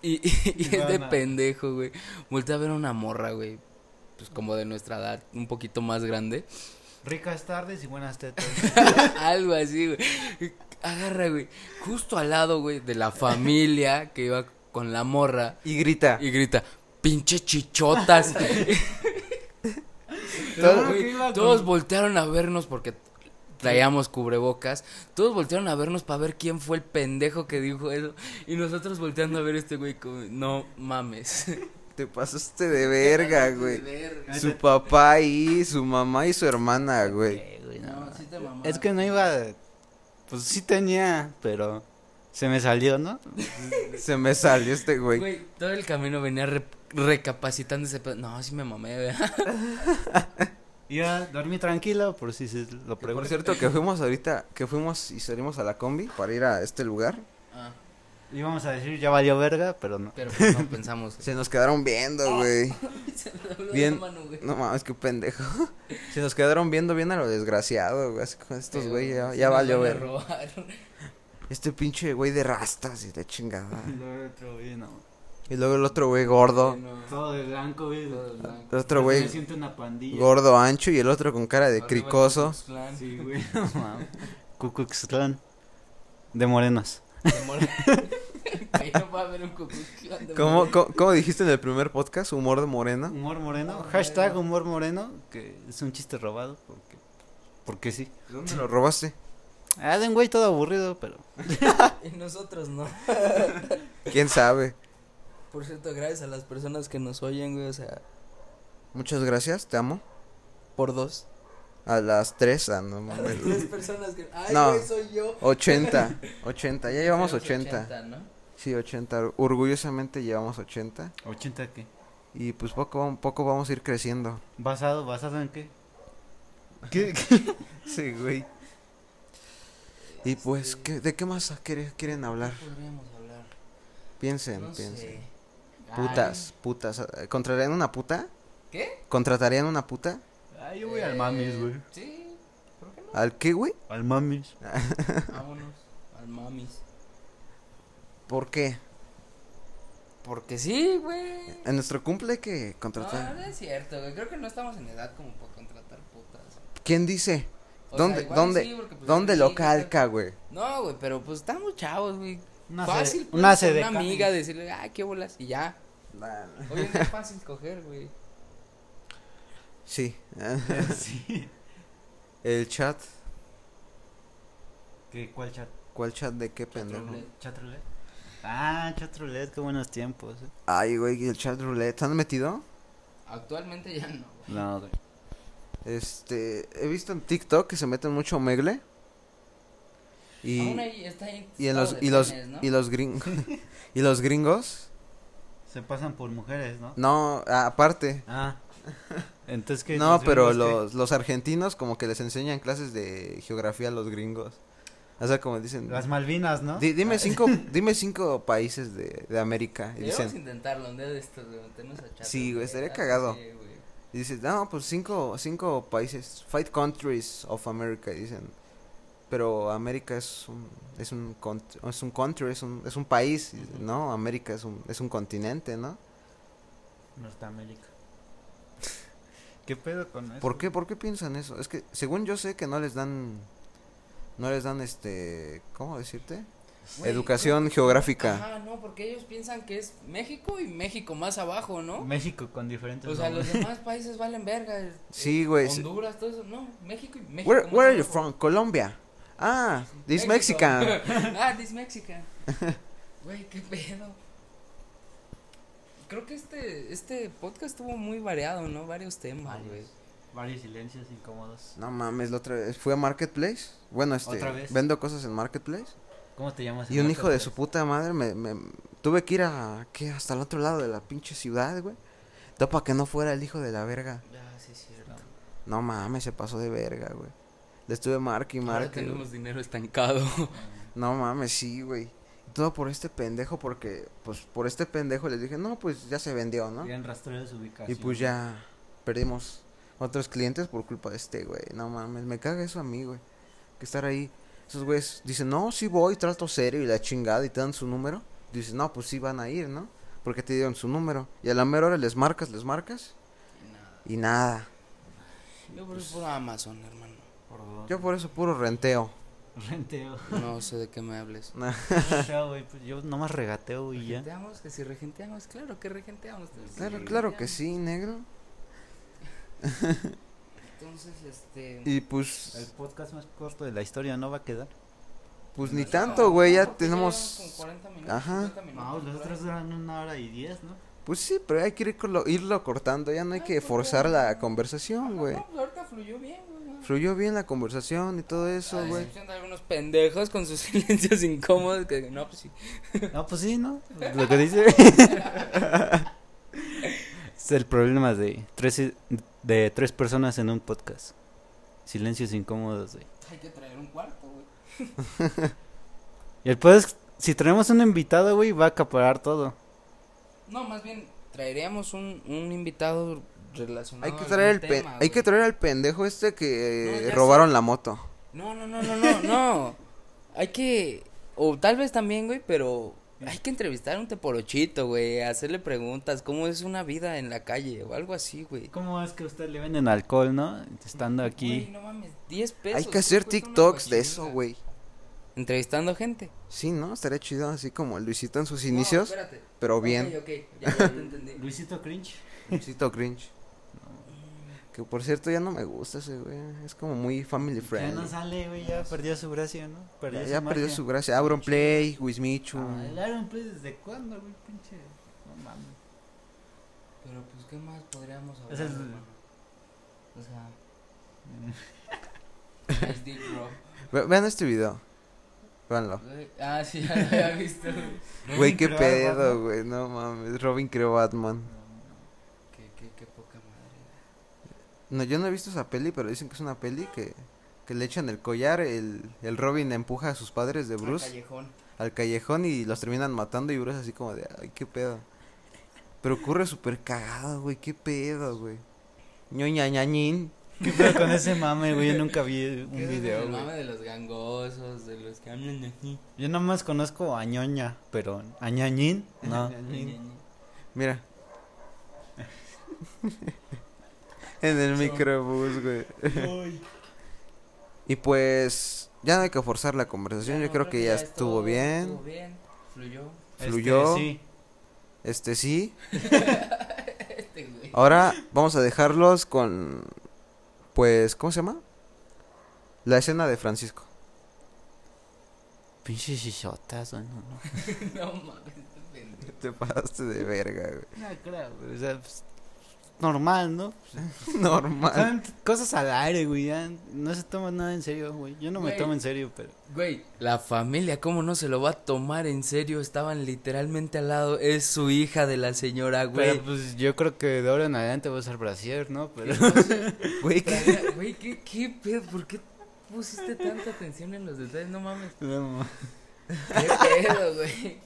Y, y, y este
Ivana.
pendejo, güey. Volté a ver a una morra, güey. Pues como de nuestra edad, un poquito más grande.
Ricas tardes y buenas tetas.
Algo así, güey. Agarra, güey. Justo al lado, güey, de la familia que iba con la morra.
Y grita.
Y grita, pinche chichotas.
Todo-
Claro que
Güey,
iba
todos
con-
voltearon a vernos porque traíamos cubrebocas. Todos voltearon a vernos para ver quién fue el pendejo que dijo eso. Y nosotros volteando a ver a este güey como, no mames.
Te pasaste de verga,
De
güey.
verga.
Su papá y su mamá y su hermana, güey.
Eh, güey, no.
No, sí te mamaste.
Es que no iba. de- Pues sí tenía, pero. Se me salió, ¿no?
Se me salió este güey.
Güey, todo el camino venía re- recapacitando ese pedo. No, sí me mamé, ¿verdad?
Ya dormí tranquilo, por si se lo
Que por
pregunto.
cierto que fuimos ahorita, que fuimos y salimos a la combi para ir a este lugar.
Ah,
Íbamos a decir ya valió verga, pero no.
pero pues no pensamos.
Se nos quedaron viendo, güey.
Se me dobló la
Bien.
mano, güey.
No mames, qué pendejo. Se nos quedaron viendo bien a lo desgraciado, güey. Así como estos
Pero,
güey ya,
sí
ya
nos
valió
van a
ver.
robar.
Este pinche güey de rastas y de chingada.
Lo otro, güey, no.
Y luego el otro güey gordo.
Todo de blanco, güey.
Todo de blanco.
El otro güey
Me siento una pandilla.
gordo ancho y el otro con cara de
Arriba el
cricoso.
Ku Klux Klan.
Sí, güey. No mames. Ku Klux Klan. De morenos.
De mor- Ahí no va a haber un Ku Klux Klan de
¿Cómo,
mor-
cómo, cómo dijiste en el primer podcast? Humor de morena.
Humor moreno.
Humor
Hashtag
moreno.
humor moreno. Que es un chiste robado. Porque, porque sí.
¿Dónde lo robaste?
Ah, de un güey todo aburrido, pero.
Y nosotros no.
¿Quién sabe?
Por cierto, gracias a las personas que nos oyen, güey. O sea,
Muchas gracias, te amo.
por dos.
A las 3, ah, no
A
mames.
las tres personas que. ¡Ay,
No.
güey, soy yo!
80, 80, ya llevamos
Tenemos
80.
¿no?
Sí, 80, orgullosamente llevamos 80.
¿80 qué?
Y pues poco a poco vamos a ir creciendo.
¿Basado? ¿Basado en qué? ¿Qué?
Sí, güey. Y pues, ¿qué- ¿de qué más quere- quieren hablar?
¿Qué podríamos hablar?
Piensen,
No
piensen.
sé.
Putas, putas. eh, ¿Contratarían una puta?
¿Qué?
¿Contratarían una puta?
Ah,
Ay,
yo voy al mamis, güey.
Sí, ¿por qué no?
¿Al qué, güey?
Al mamis.
Vámonos al mamis.
¿Por qué?
Porque sí, güey.
En nuestro cumple hay que
No,
contratar.
no es cierto, güey. Creo que no estamos en edad como para contratar putas.
¿Quién dice?
O sea,
¿Dónde,
igual
dónde,
sí, porque, pues,
dónde
sí,
lo
yo creo-
calca, güey?
No, güey, pero pues estamos chavos, güey.
Una
fácil,
sede-
pues,
una
con
sede
una
ca-
amiga decirle, ah, qué bolas, y ya. Hoy en día es fácil coger, güey.
Sí.
sí.
El chat.
¿Qué, ¿Cuál chat?
¿Cuál chat de qué pendejo?
roulette.
¿Chatrulet? Ah, Chatrulet, qué buenos tiempos. eh.
Ay, güey, el chat roulette. ¿Te han metido?
Actualmente ya no, güey.
No, güey.
Este, he visto en TikTok que se meten mucho megle. Y,
Aún ahí está ahí.
y en
estado
los
de
y los
penes, ¿no?
y los gringos y los gringos
Se pasan por mujeres, ¿no?
no, a- aparte.
Ah. Entonces que
No, pero los, los argentinos como que les enseñan clases de geografía a los gringos. O sea, como dicen,
Las Malvinas, ¿no?
"Di- dime cinco, dime cinco países de, de América. Y
Debemos
dicen,
intentarlo un día de estos, güey, meternos a chat.
Sí, güey, estaría
Ah,
cagado.
sí, güey.
y dicen, no, pues cinco, cinco países, five countries of America, y dicen. Pero América es un, es un, cont- es un country, es un, es un país, y dicen,
Ujú.
¿no? América es un, es un continente, ¿no?
Norteamérica. ¿Qué pedo con eso?
¿Por qué? ¿Por qué piensan eso? Es que según yo sé que no les dan no les dan este, ¿cómo decirte?
Güey,
Educación geográfica.
Ajá, no, porque ellos piensan que es México y México más abajo, ¿no?
México con diferentes
O sea,
nombres.
los demás países valen verga. eh,
Sí, güey, sí.
Honduras, todo eso. No, México y México.
Where,
más
where are you
abajo.
from? Colombia. Ah, this
México.
Mexican.
ah, this Mexican. Güey, qué pedo. Creo que este, este podcast estuvo muy variado, ¿no? Varios temas, güey.
Varios, varios silencios incómodos.
No mames, la otra vez fui a Marketplace. Bueno, este,
Otra vez.
vendo cosas en Marketplace.
¿Cómo te llamas?
Y un hijo de su puta madre me, me tuve que ir a ¿qué? hasta el otro lado de la pinche ciudad, güey. Todo para que no fuera el hijo de la verga.
Ah, sí, es cierto.
No mames, se pasó de verga, güey. Le estuve marque y
Ahora
marque. güey.
tenemos dinero estancado.
No mames, sí, güey. Todo por este pendejo, porque, pues, por este pendejo les dije, no, pues ya se vendió, ¿no?
Bien rastreo de su ubicación.
Y pues ya perdimos otros clientes por culpa de este, güey. No mames, me caga eso a mí, güey. Que estar ahí. Esos güeyes dicen, no, sí voy, trato serio y la chingada y te dan su número. Dices, no, pues sí van a ir, ¿no? Porque te dieron su número. Y a la mera hora les marcas, les marcas y nada.
Yo por eso puro Amazon, hermano.
Por dos.
Yo por eso puro renteo.
Renteo.
No sé de qué me hables.
Renteo, güey, pues yo nomás regateo y ya.
¿Regenteamos? Que si regenteamos, claro que regenteamos. Pues, entonces,
Claro,
sí,
claro que sí,
regenteamos.
negro.
Entonces, este.
Y
El
pues,
podcast más corto de la historia no va a quedar.
pues ni
No,
tanto, güey, ya
porque
tenemos...
llevamos como 40 minutos,
Ajá.
50 minutos,
No, pues, los
por
otros
ahí.
duran una hora y diez, ¿no?
Pues sí, pero hay que ir colo- irlo cortando, ya no hay
Ay,
que
por
forzar
favor.
la conversación,
Ajá,
güey.
no, pues ahorita fluyó bien, güey.
Fluyó bien la conversación y todo eso,
A
güey.
excepción de algunos pendejos con sus silencios incómodos que no, pues sí.
No, pues sí, ¿no? Lo que dice. es el problema de tres, de tres personas en un podcast. Silencios incómodos, güey.
Hay que traer un cuarto, güey.
Y el pedo es, si traemos un invitado, güey, va a acaparar todo.
No, más bien traeríamos un, un invitado relacionado
Hay que
a
traer el
algún
pe-
tema,
hay que
güey.
traer al pendejo este que
No,
eh,
ya
robaron la moto.
No, no, no, no, no, no. Hay que o tal vez también, güey, pero Hay que entrevistar a un teporochito, güey, hacerle preguntas, cómo es una vida en la calle o algo así, güey.
¿Cómo es que usted le venden alcohol, no? Estando
Güey,
aquí.
no mames, 10 pesos.
Hay
¿qué
que hacer
cuesta pues, una
TikToks de eso,
guachinanga?
güey.
Entrevistando gente.
Sí, ¿no? Estaría chido, así como Luisito en sus inicios,
No, espérate.
pero
Ok,
bien.
ok, ya, ya te entendí.
Luisito Cringe.
Luisito Grinch. Que por cierto ya no me gusta ese, güey. Es como muy family
Ya
friendly.
no sale, güey, ya perdió su gracia, ¿no?
Ya,
Perdió
ya
su
perdió
magia.
su gracia. Auron Play, Wismichu.
Ah, el Iron Play, ¿desde cuándo, güey? Pinche. No mames.
Pero pues, ¿qué más podríamos hablar?
Ese es-
hermano? O sea, es deep, bro.
Ve- Vean este video. Veanlo.
Güey, Ah, sí, ya lo había visto. güey.
Güey, qué
Robin creó a
pedo,
Batman.
güey. No mames. Robin creó Batman.
Qué, qué, qué poca madre.
No, yo no he visto esa peli, pero dicen que es una peli que, que le echan el collar. El, el Robin empuja a sus padres de
Al
Bruce
Ah, Callejón.
al callejón y los terminan matando. Y Bruce, así como de, ay, qué pedo. Pero ocurre súper cagado, güey. Qué pedo, güey. Ñoñañañín.
¿Qué pedo con ese mame, güey? Yo nunca vi
¿Qué
un
es
video,
el
güey.
mame de los gangosos, de los que hablan de aquí.
Yo nada más conozco a Ñoña, pero a Ñañín, no.
Mira. en el
Chon.
microbús, güey. Y pues, ya no hay que forzar la conversación.
No,
yo creo que ya estuvo
todo,
bien.
Estuvo bien, fluyó.
Fluyó.
Este, sí.
Este sí.
Este güey.
Ahora vamos a dejarlos con. Pues, ¿cómo se llama? La escena de Francisco.
Pinches chichotas, güey.
No
No, no.
mames, este pendejo.
Te pasaste de verga, güey.
No creo, güey. O sea, pues, normal, ¿no?
Normal.
Son cosas al aire, güey. ya no se toma nada en serio, güey. Yo no me
Güey.
tomo en serio, pero.
Güey, la familia, ¿cómo no se lo va a tomar en serio? Estaban literalmente al lado. Es su hija de la señora, güey.
Pero pues yo creo que de ahora en adelante voy a usar brasier, ¿no? Pero.
Güey, ¿qué?
Traía- Güey, ¿qué, qué pedo? ¿Por qué pusiste tanta atención en los detalles? No mames.
No,
¿Qué pedo, güey?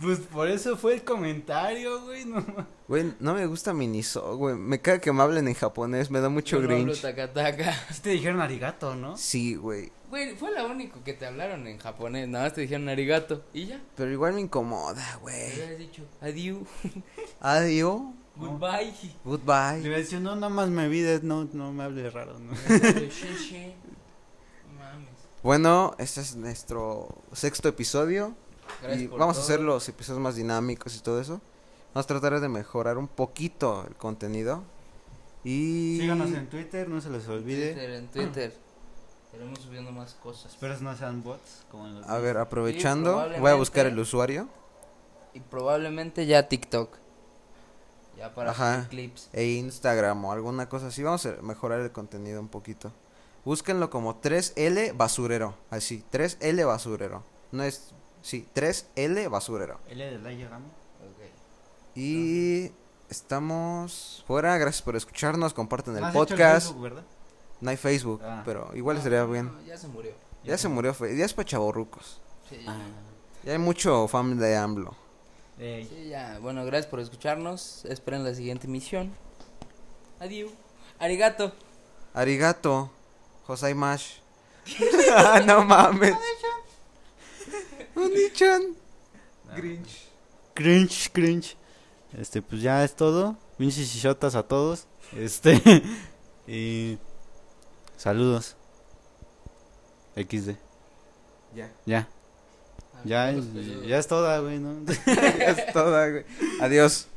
pues por eso fue el comentario, güey. No,
Güey, no me gusta Miniso, güey. Me caga que me hablen en japonés. Me da mucho
Yo no hablo
grinch.
tacataca.
te dijeron arigato, ¿no?
Sí, güey.
Güey, fue la único que te hablaron en japonés. Nada más te dijeron arigato. Y ya.
Pero igual me incomoda,
Te
güey.
habías dicho adiós,
Adiós.
goodbye.
Le
Goodbye.
iba a decir, no, nada más me vides, no, no me hables raro, ¿no?
She, she. No Mames.
Bueno, este es nuestro sexto episodio.
Gracias
y
por
vamos a
todo.
hacer los episodios más dinámicos y todo eso. Vamos a tratar de mejorar un poquito el contenido. Y.
Síganos en Twitter, no se les olvide.
Twitter, en Twitter. Estaremos subiendo más cosas.
Espero no sean bots como en los.
A ver,
Sí,
aprovechando,
probablemente.
voy a buscar el usuario.
Y probablemente ya TikTok. Ya para
Ajá.
hacer clips.
E Instagram o alguna cosa así. Vamos a mejorar el contenido un poquito. Búsquenlo como 3L basurero. Así, 3L basurero. No es. Sí, 3L basurero.
L de la llegamos.
Ok.
Y. Estamos fuera, gracias por escucharnos, compartan el
No has hecho
podcast.
Ah, Facebook, ¿verdad?
No hay Facebook,
Ah.
pero igual
No,
estaría
no,
bien.
Ah, Ya se murió.
Ya se murió, fe- ya es para chavorrucos.
Sí, ya.
Ah,
Ya hay mucho fan de AMLO.
ey.
Sí, ya. Bueno, gracias por escucharnos. Esperen la siguiente misión. Adiós. Arigato.
Arigato, Josai Mash. ah, no mames. Unichan. Grinch.
Cringe, cringe. Este, pues ya es todo. Pinches chichotas a todos. Este. y. Saludos. XD.
Ya. Ah,
pues,
Ya. Ya, es- ya es toda, güey, ¿no?
es toda, güey. Adiós.